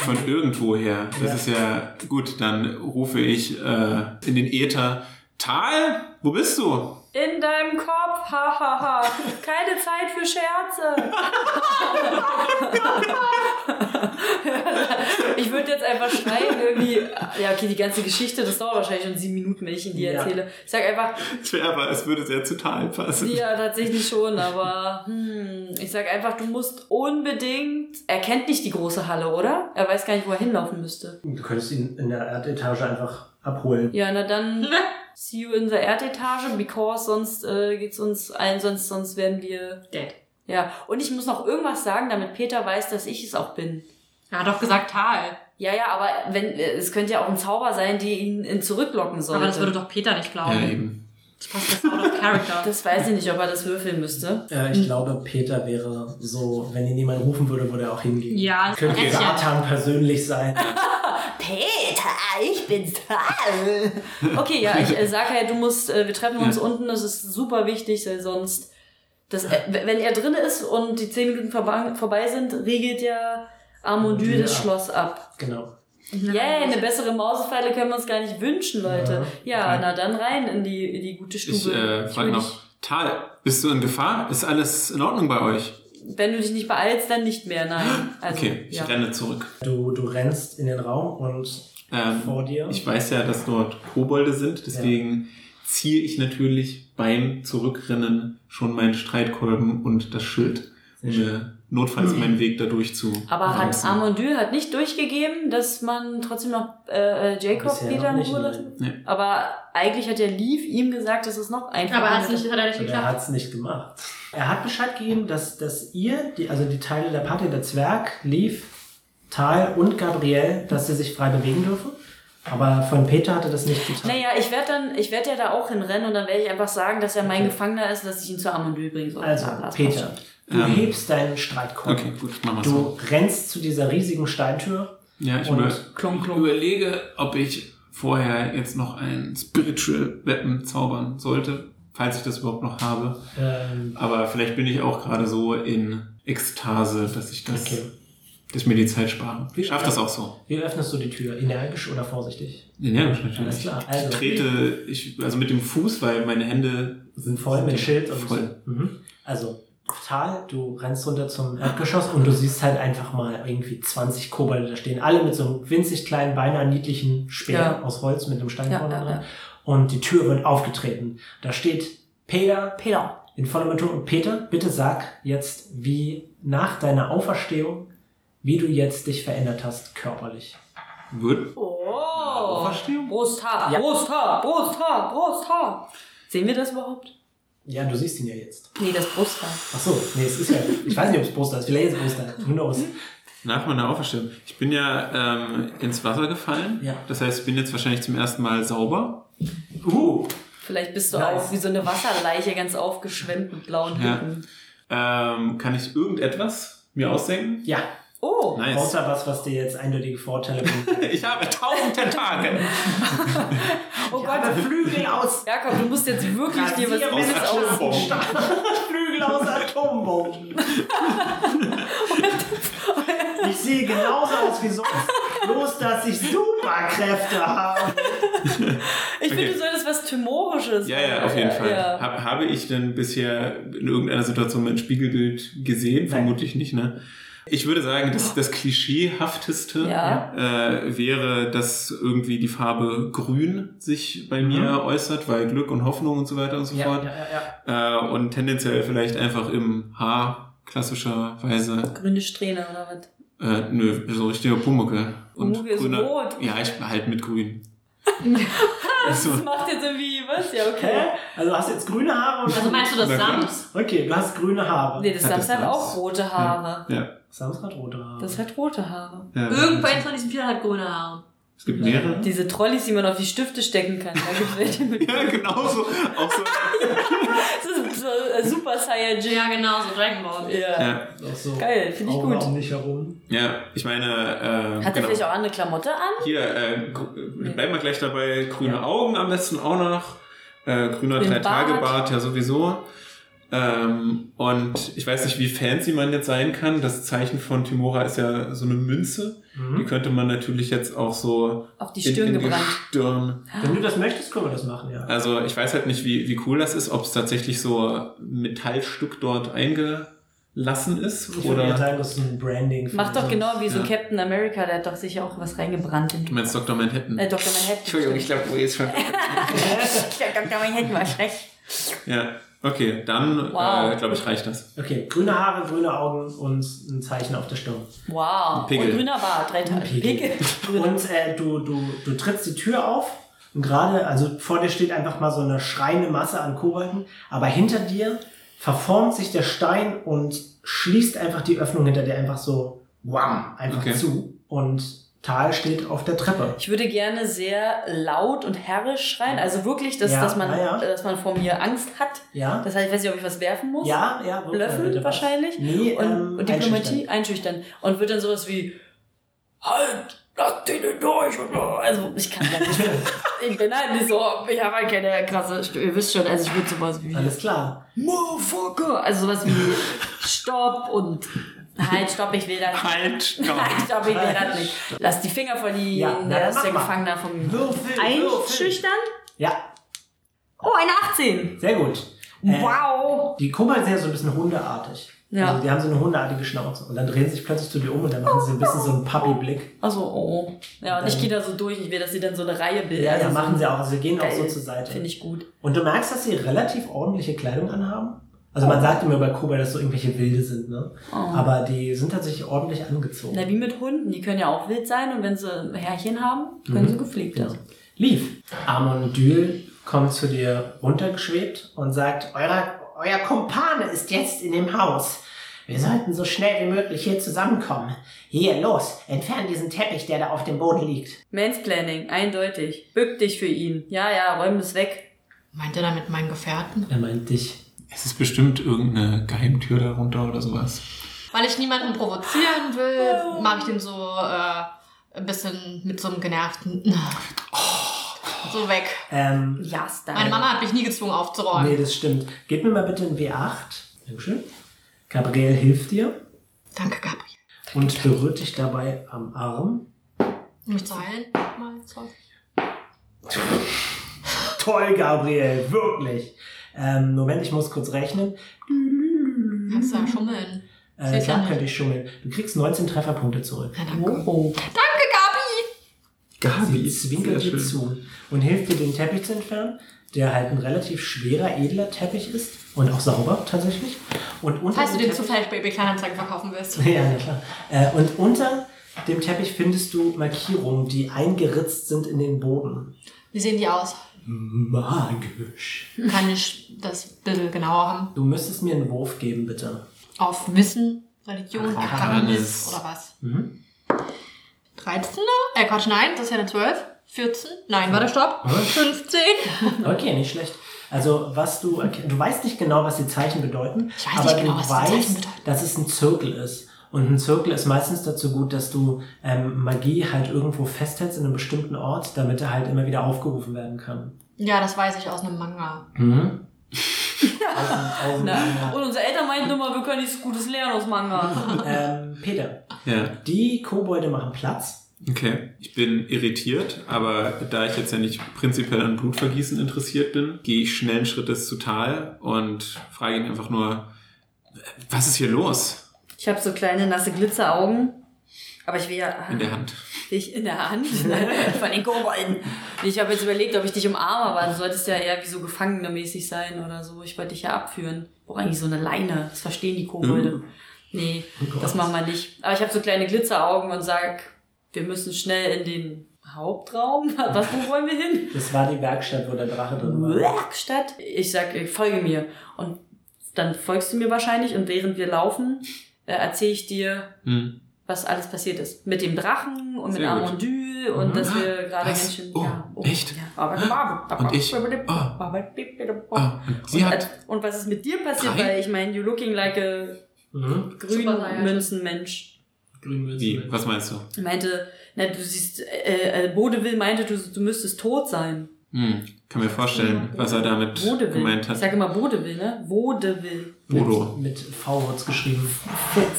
Von irgendwoher. Das
Ja.
ist ja gut. Dann rufe ich äh, in den Äther. Tal, wo bist du?
In deinem Kopf, hahaha. Ha, ha. Keine Zeit für Scherze. ich würde jetzt einfach schreien, irgendwie. Ja, okay, die ganze Geschichte, das dauert wahrscheinlich schon sieben Minuten, wenn ich ihn dir
Ja.
erzähle. Ich sag einfach,
Ich wäre aber, es würde sehr zu Tal passen.
ja, tatsächlich schon, aber hm, ich sag einfach, du musst unbedingt. Er kennt nicht die große Halle, oder? Er weiß gar nicht, wo er hinlaufen müsste.
Du könntest ihn in der Erdetage einfach abholen.
Ja, na dann. See you in the Erdetage, because sonst äh, geht's uns allen, sonst, sonst werden wir.
Dead.
Ja. Und ich muss noch irgendwas sagen, damit Peter weiß, dass ich es auch bin.
Er hat doch gesagt Tal.
Ja, ja, aber wenn äh, es könnte ja auch ein Zauber sein, die ihn, ihn zurücklocken sollte.
Aber das würde doch Peter nicht glauben.
Ja, eben.
Das passt das out of character.
Das weiß ich nicht, ob er das würfeln müsste.
Äh, ich glaube, Peter wäre so, wenn ihn jemand rufen würde, würde er auch hingehen.
Ja, das
Könnte
Kätzchen.
Satan persönlich sein.
Peter, ich bin's toll. Okay, ja, ich äh, sag halt, du musst, äh, wir treffen uns
Ja.
unten, das ist super wichtig, weil sonst, das, äh, w- wenn er drin ist und die zehn Minuten vorbe- vorbei sind, regelt ja Armondyl
Ja.
das Schloss ab.
Genau.
Yay, eine bessere Mausefalle können wir uns gar nicht wünschen, Leute. Ja,
Okay.
na dann rein in die, in die gute Stube.
Ich äh,
will
frage noch. Tal, bist du in Gefahr? Ist alles in Ordnung bei euch?
nicht- Wenn du dich nicht beeilst, dann nicht mehr, nein. Also,
Okay, ich
ja.
renne zurück.
Du, du rennst in den Raum und
Ähm,
vor dir.
Ich weiß ja, dass dort Kobolde sind, deswegen ziehe ich natürlich beim Zurückrennen schon meinen Streitkolben und das Schild, um mir notfalls meinen Weg dadurch zu.
Aber hat
weisen.
Armondyl hat nicht durchgegeben, dass man trotzdem noch äh, äh, Jacob
Bisher
Peter
noch nicht,
wurde?
Nee.
Aber eigentlich hat der Leaf ihm gesagt, dass es noch einfacher
Aber er hat's
wird.
nicht, hat er nicht
Und er
geklappt.
hat es nicht gemacht. Er hat Bescheid gegeben, dass, dass ihr, die, also die Teile der Party, der Zwerg, Leaf, Tal und Gabriel, dass sie sich frei bewegen dürfen. Aber von Peter hatte das nicht getan.
Naja, ich werde dann, ich werde ja da auch hinrennen und dann werde ich einfach sagen, dass er mein Gefangener ist und dass ich ihn zu Armondyl bringen soll.
Also,
Na, das passt
Peter, du
Ähm,
hebst deinen Streitkorb.
Okay, gut, machen wir so.
Du rennst zu dieser riesigen Steintür.
Ja, ich,
Und
über
klong, klong.
ich überlege, ob ich vorher jetzt noch einen Spiritual Weapon zaubern sollte, falls ich das überhaupt noch habe.
Ähm,
Aber vielleicht bin ich auch gerade so in Ekstase, dass ich das,
Okay.
dass ich mir die Zeit spare. Ich schaffe das auch so.
wie öffnest du die Tür? Energisch oder vorsichtig?
Energisch natürlich.
Alles klar. Also-
ich trete, ich, also mit dem Fuß, weil meine Hände
Sind voll mit Schild und
Voll.
Mhm. Also Tal, du rennst runter zum Erdgeschoss und du siehst halt einfach mal irgendwie 20 Kobolde da stehen. Alle mit so einem winzig kleinen, beinahe niedlichen Speer
Ja.
aus Holz mit einem Stein
Ja,
vorne
ja,
dran.
ja.
Und die Tür wird aufgetreten. Da steht Peter
Peter.
in voller Montur. Und Peter, bitte sag jetzt, wie nach deiner Auferstehung, wie du jetzt dich verändert hast körperlich.
Wird
Oh.
Auferstehung?
Brusthaar,
Ja.
Brusthaar, Brusthaar, Brusthaar. Sehen wir das überhaupt?
Ja, du siehst ihn ja jetzt.
Nee, das Brusthaar.
Ach so, nee, es ist ja. Ich weiß nicht, ob es Poster ist. Vielleicht ist es Poster. Who knows?
Mhm.
nach meiner Auferstehung. Ich bin ja ähm, ins Wasser gefallen.
Ja.
Das heißt, ich bin jetzt wahrscheinlich zum ersten Mal sauber.
Uh,
Vielleicht bist du
Nice.
auch wie so eine Wasserleiche ganz aufgeschwemmt mit blauen
Ja.
Händen.
Ähm, kann ich irgendetwas mir ausdenken?
ja.
Oh,
Nice.
Außer was, was dir jetzt eindeutige Vorteile bringt.
Ich habe tausend Tentakel.
oh Gott.
Flügel aus
Jakob, du musst jetzt wirklich dir was
Rasier-
Gutes
Atombomben.
aus.
Flügel aus Atombomben. ich sehe genauso aus wie sonst. Bloß, dass ich Superkräfte habe.
Ich finde,
Okay.
du solltest was Timorisches.
Ja, ja, auf jeden Fall.
Ja.
Hab, habe ich denn bisher in irgendeiner Situation mein Spiegelbild gesehen?
Nein.
Vermutlich nicht, ne? Ich würde sagen, das, das Klischeehafteste
Ja.
äh, wäre, dass irgendwie die Farbe grün sich bei mir äußert, weil Glück und Hoffnung und so weiter und so fort.
ja.
Äh, und tendenziell vielleicht einfach im Haar klassischerweise.
Grüne Strähne oder was?
Äh, nö, so richtige Pumucke. Und
Pumucke ist
grüner-
rot.
Ja, ich halt mit grün. so.
Das macht jetzt irgendwie was? Ja, okay.
Hä? Also hast du jetzt grüne Haare und
Also meinst du das
Na klar.
Sams?
Okay, du hast grüne Haare.
Nee, das
Hat das
Samstag hat
was?
auch rote Haare.
Ja.
Samstag hat rote Haare.
Das hat rote Haare.
ja.
Irgendwann von diesen Vieren hat grüne Haare.
Es gibt mehrere.
Diese Trolleys, die man auf die Stifte stecken kann. Da gibt's welche mit.
Ja, genau so. Auch so.
Das ist so äh, Super Saiyajin.
Ja, genau, so Dragon Ball.
Ja.
Ja,
Auch so.
Geil, finde ich
Augen
gut.
um dich herum.
ja ich meine, äh,
Hat er
genau.
vielleicht auch andere Klamotte an?
hier, äh, gr-
Nee.
äh, bleiben wir gleich dabei. Grüne
Ja.
Augen am besten auch noch. Äh, grüner
Den
Drei-Tage-Bart, ja sowieso. Ähm, und ich weiß nicht, wie fancy man jetzt sein kann. Das Zeichen von Timora ist ja so eine Münze. Die könnte man natürlich jetzt auch so
Auf Mhm. die Stirn
in, in die
gebrannt.
Stirn.
Wenn du das möchtest, können wir das machen, ja.
Also ich weiß halt nicht, wie, wie cool das ist, ob es tatsächlich so ein Metallstück dort eingelassen ist.
Ich würde
oder
ja sagen, das ist ein Branding.
Macht doch genau wie so
Ja.
Captain America, der hat doch sicher auch was reingebrannt.
Du
In
meinst Dr. Manhattan?
äh, Dr. Manhattan.
Entschuldigung, ich glaube, wo ist schon.
Dr. Manhattan war schlecht.
ja, okay, dann
Wow.
äh, glaube ich, reicht das.
Okay, grüne Haare, grüne Augen und ein Zeichen auf der Stirn.
Wow.
Pickel.
Und grüner Bart, drei Tage. Pickel.
Und äh, du, du, du trittst die Tür auf und gerade, also vor dir steht einfach mal so eine schreiende Masse an Kobolden, aber hinter dir verformt sich der Stein und schließt einfach die Öffnung hinter dir einfach so, wham, einfach
Okay.
zu. Und Tal steht auf der Treppe.
Ich würde gerne sehr laut und herrisch schreien. Also wirklich, dass,
Ja,
dass, man, äh,
na ja.
dass man vor mir Angst hat.
Ja?
Das heißt, ich weiß nicht, ob ich was werfen muss.
ja, ja. wirf mal
Blöffen
bitte was.
wahrscheinlich.
Nee,
und,
ähm,
und Diplomatie einschüchtern. Und wird dann sowas wie Halt, lass die nicht durch. und so. Also ich kann das nicht. ich bin halt nicht so, ich habe halt keine krasse Stimme. Ihr wisst schon, also ich würde sowas wie
Alles klar.
Motherfucker. Also sowas wie Stopp und Halt, stopp, ich will das nicht.
Halt,
Halt, stopp, ich will das nicht. Lass die Finger von die äh,
Ja, na,
da ist
dann
der
mach mal.
Gefangener von mir.
Würfel, Würfel.
Einschüchtern?
Ja,
Oh, eine 18.
sehr gut. Äh,
Wow.
Die Kobolde sind ja so ein bisschen hundeartig.
Ja.
Also die haben so eine hundeartige Schnauze. Und dann drehen sie sich plötzlich zu dir um und dann machen sie ein bisschen so einen Puppy-Blick.
Also, oh. Ja, und ich gehe da so durch. Ich will, dass sie dann so eine Reihe bilden.
Ja,
also
ja,
so
machen sie auch. Also sie gehen auch so
Geil.
zur Seite.
Finde ich gut.
Und du merkst, dass sie relativ ordentliche Kleidung anhaben. Also man sagt immer bei Kobolden, dass so irgendwelche Wilde sind, ne?
Oh.
Aber die sind tatsächlich ordentlich angezogen.
Na, wie mit Hunden, die können ja auch wild sein und wenn sie Härchen haben, können sie gepflegt
Ja.
werden.
Lief. Amon Dül kommt zu dir runtergeschwebt und sagt, euer, euer Kumpane ist jetzt in dem Haus. Wir sollten so schnell wie möglich hier zusammenkommen. Hier, los, entfern diesen Teppich, der da auf dem Boden liegt.
Mansplaining, eindeutig. Bück dich für ihn. Ja, ja, räum das weg.
Meint er damit meinen Gefährten?
Er meint dich.
Es ist bestimmt irgendeine Geheimtür darunter oder sowas.
Weil ich niemanden provozieren will, mag ich den so äh, ein bisschen mit so einem genervten so weg.
Ähm,
Ja, Star.
Meine Mama hat mich nie gezwungen
nee,
aufzuräumen.
das stimmt. Gib mir mal bitte ein W8. Dankeschön. Gabriel hilft dir
Danke, Gabriel.
und berührt dich dabei am Arm.
Um mich zu heilen? Mal so.
Toll, Gabriel, wirklich. Ähm, Moment, ich muss kurz rechnen.
Kannst du da schummeln.
Äh,
Sicher
klar,
nicht.
könnte ich schummeln. Du kriegst 19 Trefferpunkte zurück.
Na, danke.
Oh.
Danke, Gabi!
Sie
Gabi,
zwinkert dir zu und hilft dir, den Teppich zu entfernen, der halt ein relativ schwerer, edler Teppich ist und auch sauber tatsächlich. Und unter
oh, Falls du
dem
den
Teppich-
zufällig bei eBay Kleinanzeigen verkaufen willst.
Ja, na klar. Äh, und unter dem Teppich findest du Markierungen, die eingeritzt sind in den Boden.
Wie sehen die aus?
Magisch.
Kann ich das bisschen genauer haben?
Du müsstest mir einen Wurf geben, bitte.
Auf Wissen, Religion,
Arcanis.
Arcanis oder was? 13er? Äh, Quatsch, nein, das ist ja eine 12. 14? Nein, warte, stopp. 15?
Okay, nicht schlecht. Also, was du erken- du weißt nicht genau, was die Zeichen bedeuten,
Ich weiß
aber
nicht genau,
du
was die
weißt,
Zeichen bedeuten.
dass es ein Zirkel ist. Und ein Zirkel ist meistens dazu gut, dass du ähm, Magie halt irgendwo festhältst in einem bestimmten Ort, damit er halt immer wieder aufgerufen werden kann.
Ja, das weiß ich aus einem Manga.
Mhm. Aus dem- aus dem-
Na, und unsere Eltern meinten immer, wir können nichts Gutes lernen aus Manga.
ähm, Peter,
Ja,
die Kobolde machen Platz.
okay. Ich bin irritiert, aber da ich jetzt ja nicht prinzipiell an Blutvergießen interessiert bin, gehe ich schnellen Schrittes zu Tal und frage ihn einfach nur, was ist hier los
Ich habe so kleine nasse Glitzeraugen. Aber ich will ja.
in der Hand?
Will ich in der Hand? ne, Von den Kobolden. Ich habe jetzt überlegt, ob ich dich umarme, aber du solltest ja eher wie so Gefangene-mäßig sein oder so. Ich wollte dich ja abführen. Auch eigentlich so eine Leine. Das verstehen die Kobolde.
Mhm.
Nee,
Oh Gott.
das machen wir nicht. Aber ich habe so kleine Glitzeraugen und sag, wir müssen schnell in den Hauptraum. Was, wo wollen wir hin?
Das war die Werkstatt, wo der Drache drin war.
Werkstatt. Ich sag, ich folge mir. Und dann folgst du mir wahrscheinlich und während wir laufen, äh, erzähle ich dir,
Hm.
was alles passiert ist. Mit dem Drachen und mit
Sehr gut.
Armandül und
Mhm.
dass wir gerade
Was?
ganz schön.
Oh,
ja,
echt?
Ja. Aber- aber- aber-
Und ich?
aber-
Ah, und sie
Und,
hat
äh, und was ist mit dir passiert?
Drei?
Weil ich meine, you looking like a
Mhm.
Super Saiyan.
Grünmünzenmensch. äh,
Wie? Was meinst du?
Meinte, na, du siehst, äh, äh, Bodeville meinte, du, du müsstest tot sein.
Hm, kann mir vorstellen, was er damit
Vaudeville.
gemeint
Ich
hat.
sage immer Vaudeville, ne? Vaudeville.
Bodo.
Mit, mit V wird's geschrieben.
F-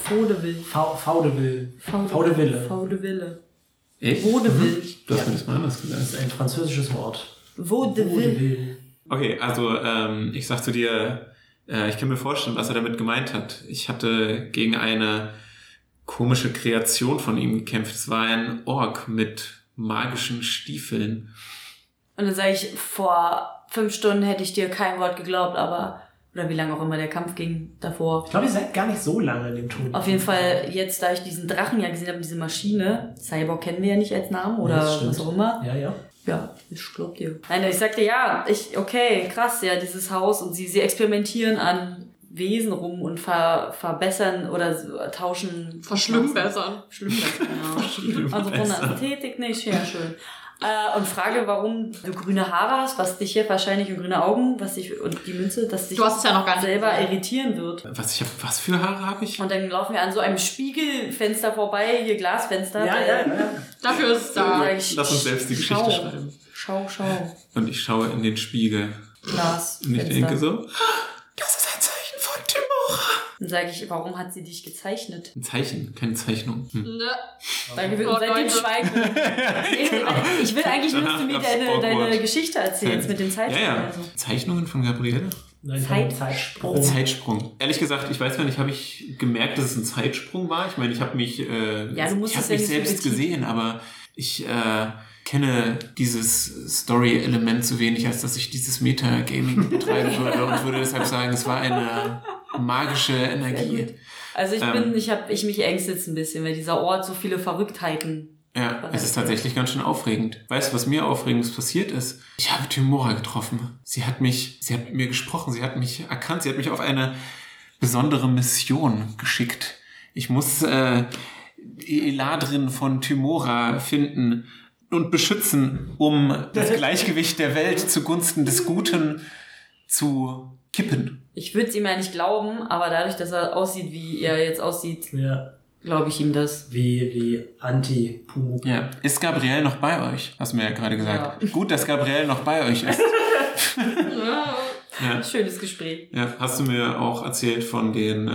Vaudeville.
V, v de Ville. V de
Vaudeville.
Ville.
Vaudeville.
Echt? Mhm.
Vaudeville.
Du hast mir das mal anders gesagt.
Das ist ein französisches Wort. Oh,
Vaudeville.
Okay, also ähm, ich sag zu dir, äh, ich kann mir vorstellen, was er damit gemeint hat. Ich hatte gegen eine komische Kreation von ihm gekämpft. Es war ein Ork mit magischen Stiefeln.
Und dann sage ich, vor fünf Stunden hätte ich dir kein Wort geglaubt, aber, oder wie lange auch immer der Kampf ging davor.
Ich glaube, ihr seid gar nicht so lange in dem Ton.
Auf jeden Fall, jetzt, da ich diesen Drachen ja gesehen habe, diese Maschine, Cyborg kennen wir ja nicht als Namen oder
Ja, das stimmt.
was auch immer.
Ja, ja.
Ja, ich glaub dir. Nein, ich sagte, ja, ich, okay, krass, ja, dieses Haus und sie, sie experimentieren an Wesen rum und ver, verbessern oder so, äh, tauschen.
Verschlimmbessern.
Verschlimmbessern, genau. also von der
Verschlimmbessern.
Ästhetik nicht, ja, schön. Äh, und frage, warum du grüne Haare hast, was dich hier wahrscheinlich und grüne Augen, was dich, und die Münze, dass dich
Du hast es ja noch gar nicht
selber
gesehen.
irritieren wird.
Was, ich hab, was für Haare habe ich?
Und dann laufen wir an so einem Spiegelfenster vorbei, hier Glasfenster. äh,
Ja, ja, ja.
Dafür ist es da.
Sag ich,
ne? Lass uns selbst die Geschichte
schau,
schreiben.
Schau, schau.
Und ich schaue in den Spiegel.
Glas.
Und ich
Fenster.
denke so, das ist ein Zeichen von Timor.
Dann sage ich, warum hat sie dich gezeichnet?
Ein Zeichen, keine Seitdem Hm.
Ne.
Danke
Oh,
seitdem
Leute.
schweigen. Nee, ich will eigentlich nur, dass du mir
Danach
deine,
aufs
deine
Awkward.
Geschichte erzählst mit dem Zeichen.
Ja, ja.
Also.
Zeichnungen von Gabriele?
Nein, kein
Zeitsprung.
Zeitsprung.
Zeitsprung. Ehrlich gesagt, ich weiß gar nicht, habe ich gemerkt, dass es ein Zeitsprung war? Ich meine, ich habe mich, äh,
Ja, du musst
ich hab
es ja
mich
nicht so
selbst
betiteln.
gesehen, aber ich äh, kenne dieses Story-Element zu wenig, als dass ich dieses Metagaming betreiben würde und würde deshalb sagen, es war eine magische
Sehr
Energie.
gut. also ich
Ähm.
bin, ich habe ich mich ängstet ein bisschen, weil dieser Ort so viele Verrücktheiten.
Ja, es ist tatsächlich ganz schön aufregend. Weißt du, was mir aufregendes passiert ist? Ich habe Timora getroffen. Sie hat mich, sie hat mit mir gesprochen, sie hat mich erkannt, sie hat mich auf eine besondere Mission geschickt. Ich muss äh, Eladrin von Timora finden und beschützen, um das Gleichgewicht der Welt zugunsten des Guten zu kippen.
Ich würde es ihm ja nicht glauben, aber dadurch, dass er aussieht, wie er jetzt aussieht,
Ja,
glaube ich ihm das.
wie, wie Anti-Pumu.
Ja. Ist Gabrielle noch bei euch? Hast du mir ja gerade gesagt. Gut, dass Gabrielle noch bei euch ist. Ja.
Schönes Gespräch.
Ja, hast du mir auch erzählt von den äh,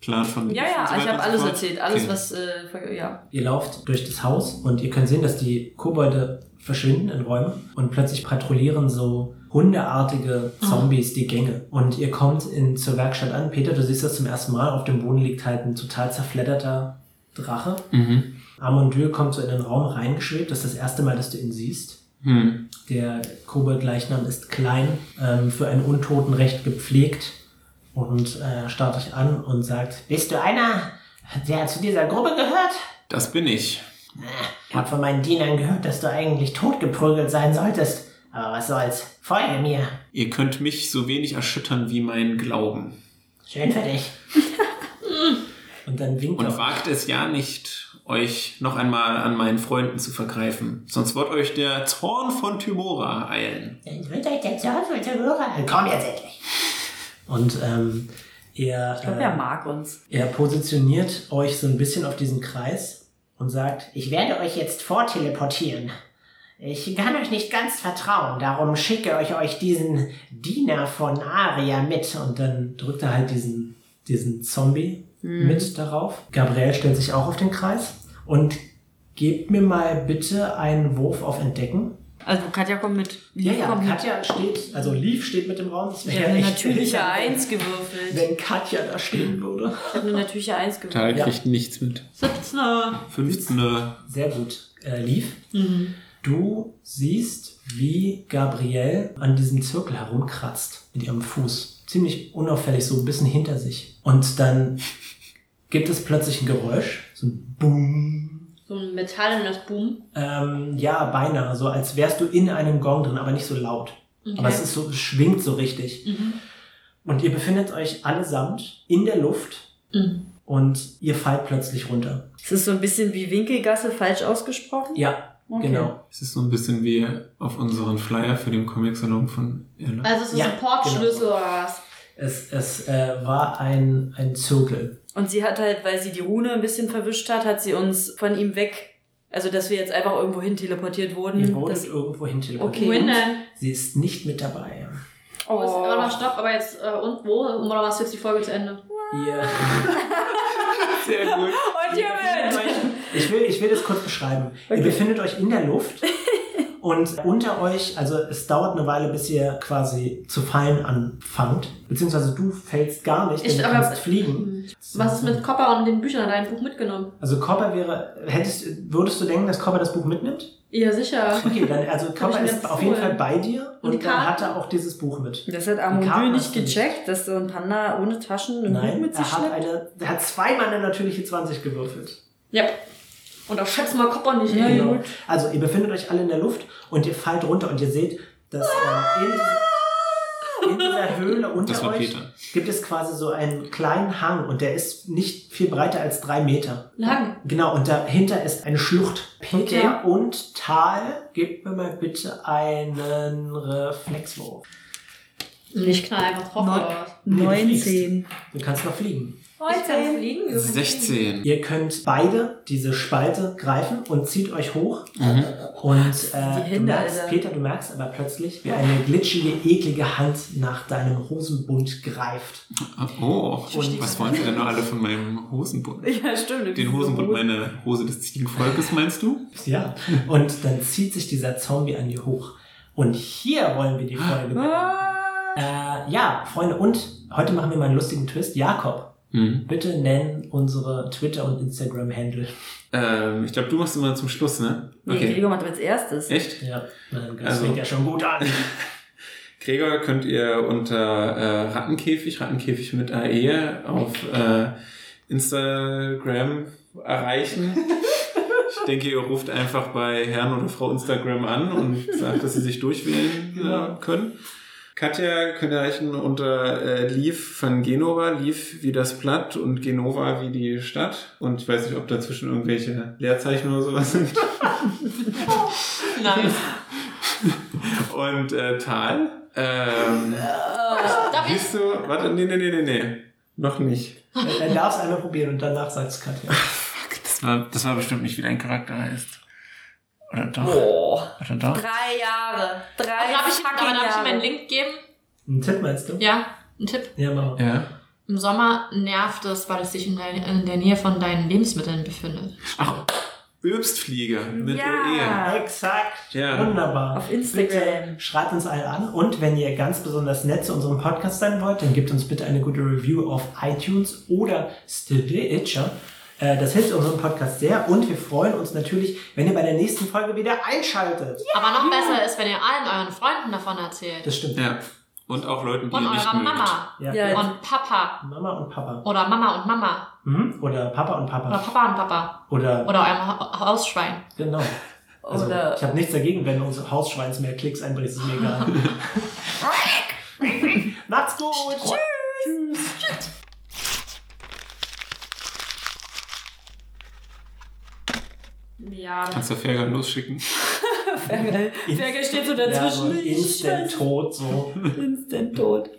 Plan von
Ja,
und so
ja,
weiter
ich habe
und so
alles
fort?
erzählt. Alles,
Okay.
was, äh, ver- ja.
Ihr lauft durch das Haus und ihr könnt sehen, dass die Kobolde verschwinden in Räumen und plötzlich patrouillieren so
Oh.
hundeartige Zombies die Gänge. Und ihr kommt in, zur Werkstatt an. Peter, du siehst das zum ersten Mal. Auf dem Boden liegt halt ein total zerfledderter Drache.
Mhm.
Amondül kommt so in den Raum reingeschwebt. Das ist das erste Mal, dass du ihn siehst.
Hm.
Der Kobold-Leichnam ist klein, ähm, für einen Untoten recht gepflegt und äh, starrt euch an und sagt, bist du einer, der zu dieser Gruppe gehört?
Das bin ich.
Ich habe von meinen Dienern gehört, dass du eigentlich totgeprügelt sein solltest. Aber was soll's, folge mir.
Ihr könnt mich so wenig erschüttern wie mein Glauben.
Schön für dich. und dann winkt
Und
er.
wagt es ja nicht, euch noch einmal an meinen Freunden zu vergreifen. Sonst wird euch der Zorn von Tymora eilen.
Dann wird euch der Zorn von Zamora- Komm jetzt endlich. Und ähm, ihr...
Ich glaube,
äh,
er mag uns.
Er positioniert euch so ein bisschen auf diesen Kreis und sagt, ich werde euch jetzt vorteleportieren. Ich kann euch nicht ganz vertrauen, darum schicke ich euch diesen Diener von Aria mit. Und dann drückt er halt diesen, diesen Zombie mit darauf. Gabriel stellt sich auch auf den Kreis und gebt mir mal bitte einen Wurf auf Entdecken.
Also Katja kommt mit.
Ja, ja,
kommt mit.
Katja steht, also Leaf steht mit im Raum. Das
Ich habe eine natürliche Eins gewürfelt.
Wenn Katja da stehen würde.
Ich habe eine natürliche Eins gewürfelt.
Da
Ja.
kriegt nichts mit.
17.
15.
sehr gut äh, lief. Du siehst, wie Gabrielle an diesem Zirkel herumkratzt mit ihrem Fuß. Ziemlich unauffällig, so ein bisschen hinter sich. Und dann gibt es plötzlich ein Geräusch, so ein Boom.
So ein metallenes Boom.
Ähm, ja, beinahe, so als wärst du in einem Gong drin, aber nicht so laut. Aber es, ist so, es schwingt so richtig. Und ihr befindet euch allesamt in der Luft
Mhm.
und ihr fallt plötzlich runter.
Es ist so ein bisschen wie Winkelgasse, falsch ausgesprochen.
Ja,
Okay.
genau.
Es ist so ein bisschen wie auf unseren Flyer für den Comic-Salon von Erlangen.
Also es ist
Ja,
ein Portschlüssel oder was?
Es, es äh, war ein, ein Zirkel.
Und sie hat halt, weil sie die Rune ein bisschen verwischt hat, hat sie uns von ihm weg. Also, dass wir jetzt einfach irgendwo hin teleportiert wurden.
Mhm,
Ihr wurdet
das,
irgendwo hin teleportiert.
Okay.
Wohin denn?
Sie ist nicht mit dabei.
Oh. Ist, warte mal,
oh.
stopp, aber jetzt, äh, und wo? Oder machst du jetzt die Folge zu Ende?
Ihr,
Sehr gut.
Und hiermit!
ich, will, ich will das kurz beschreiben. Ihr befindet euch in der Luft und unter euch, also es dauert eine Weile, bis ihr quasi zu fallen anfangt. Beziehungsweise du fällst gar nicht, denn
Ich-
du
aber- mhm.
kannst fliegen.
Was ist mit Copper und den Büchern? Hat er ein Buch mitgenommen?
Also Copper wäre, hättest, würdest du denken, dass Copper das Buch mitnimmt?
Ja, sicher.
Okay, dann, also Copper
mir
ist
jetzt
auf jeden
holen.
Fall bei dir und,
Und
und
die
dann hat
Karten?
er auch dieses Buch mit.
Das hat
Karten
Amundül
hast
nicht
du nicht.
gecheckt, dass so ein Panda ohne Taschen einen Hut
Nein,
mit sich
er hat,
schleppt.
eine, er hat zweimal eine natürliche 20 gewürfelt.
Ja. Und auch schätzt mal Copper nicht.
Ja,
ey.
gut.
Also ihr befindet euch alle in der Luft und ihr fallt runter und ihr seht, dass ähm, in, diese- in dieser Höhle unter
Das war
euch
Peter.
gibt es quasi so einen kleinen Hang und der ist nicht viel breiter als drei Meter.
Lang.
Genau, und dahinter ist eine Schlucht. Peter und Tal, gebt mir mal bitte einen Reflexwurf.
Nicht knall einfach drauf
Not-
oder was?
Nee, du fliegst.
19.
Du kannst noch fliegen.
Ich kann fliegen.
Also,
wir können fliegen.
16.
Ihr könnt beide diese Spalte greifen und zieht euch hoch. Und äh,
Die
du
Hände,
merkst,
Alter.
Peter, du merkst aber plötzlich, wie eine glitschige, eklige Hand nach deinem Hosenbund greift.
Ah, Oh, was wollen sie denn noch alle von meinem Hosenbund?
Ja, stimmt.
Den Hosenbund, meine Hose des Ziegenvolkes, meinst du?
Ja. Und dann zieht sich dieser Zombie an die hoch. Und hier wollen wir die Folge beenden. Äh, ja, Freunde, und heute machen wir mal einen lustigen Twist. Jakob,
Hm.
bitte nenn unsere Twitter- und Instagram-Handle.
Ähm, ich glaube, du machst immer zum Schluss, ne?
Nee, Gregor macht als erstes.
Echt?
Ja, na, das
Also-
fängt ja schon gut an.
Gregor könnt ihr unter äh, Rattenkäfig, Rattenkäfig mit AE auf äh, Instagram erreichen. Ich denke, ihr ruft einfach bei Herrn oder Frau Instagram an und sagt, dass sie sich durchwählen
Genau.
äh, können. Katja könnt ihr erreichen unter äh, Lief von Genova, Lief wie das Blatt und Genova wie die Stadt. Und ich weiß nicht, ob dazwischen irgendwelche Leerzeichen oder sowas sind.
Nein.
Und äh, Tal. Ähm,
Darf ich?
Siehst du, warte, nee, nee, nee, nee, nee. Noch nicht.
Dann darfst du einmal probieren und danach sagst du Katja.
Das war, Ah, das war bestimmt nicht, wie dein Charakter heißt. Oder doch?
Oh.
Oder doch?
Drei Jahre. Drei
Also darf ich,
fucking
aber darf ich ihm
Jahre.
einen Link geben?
Einen Tipp meinst du?
Ja, ein Tipp.
Ja, mach mal.
Ja.
Im Sommer nervt es, weil es sich in der, in der Nähe von deinen Lebensmitteln befindet.
Ach, Öbstfliege mit
Ja.
Exakt.
Ja.
Wunderbar.
Auf Instagram.
Bitte schreibt uns alle an. Und wenn ihr ganz besonders nett zu unserem Podcast sein wollt, dann gebt uns bitte eine gute Review auf iTunes oder Stitcher. Äh, Das hilft unserem Podcast sehr und wir freuen uns natürlich, wenn ihr bei der nächsten Folge wieder einschaltet.
Aber noch besser ist, wenn ihr allen euren Freunden davon erzählt.
Das stimmt.
ER. E. Ja. Und auch Leuten, die
Und
ihr nicht
eurer
mögt.
Mama.
Ja.
Ja.
Und Papa.
Mama und Papa.
Oder Mama und Mama.
Mhm. Oder Papa und
Oder
Papa.
Papa und Papa.
Oder,
Oder eurem Ha- Hausschwein.
genau. Also,
Oder-
ich habe nichts dagegen, wenn unser Hausschweins mehr Klicks einbringt. Ist mir egal. Macht's gut.
Ja.
Kannst du Fergan losschicken?
Fergal. Fergal steht so
Ja, so
dazwischen.
ein
Ich
instant
weiß,
tot so.
instant tot.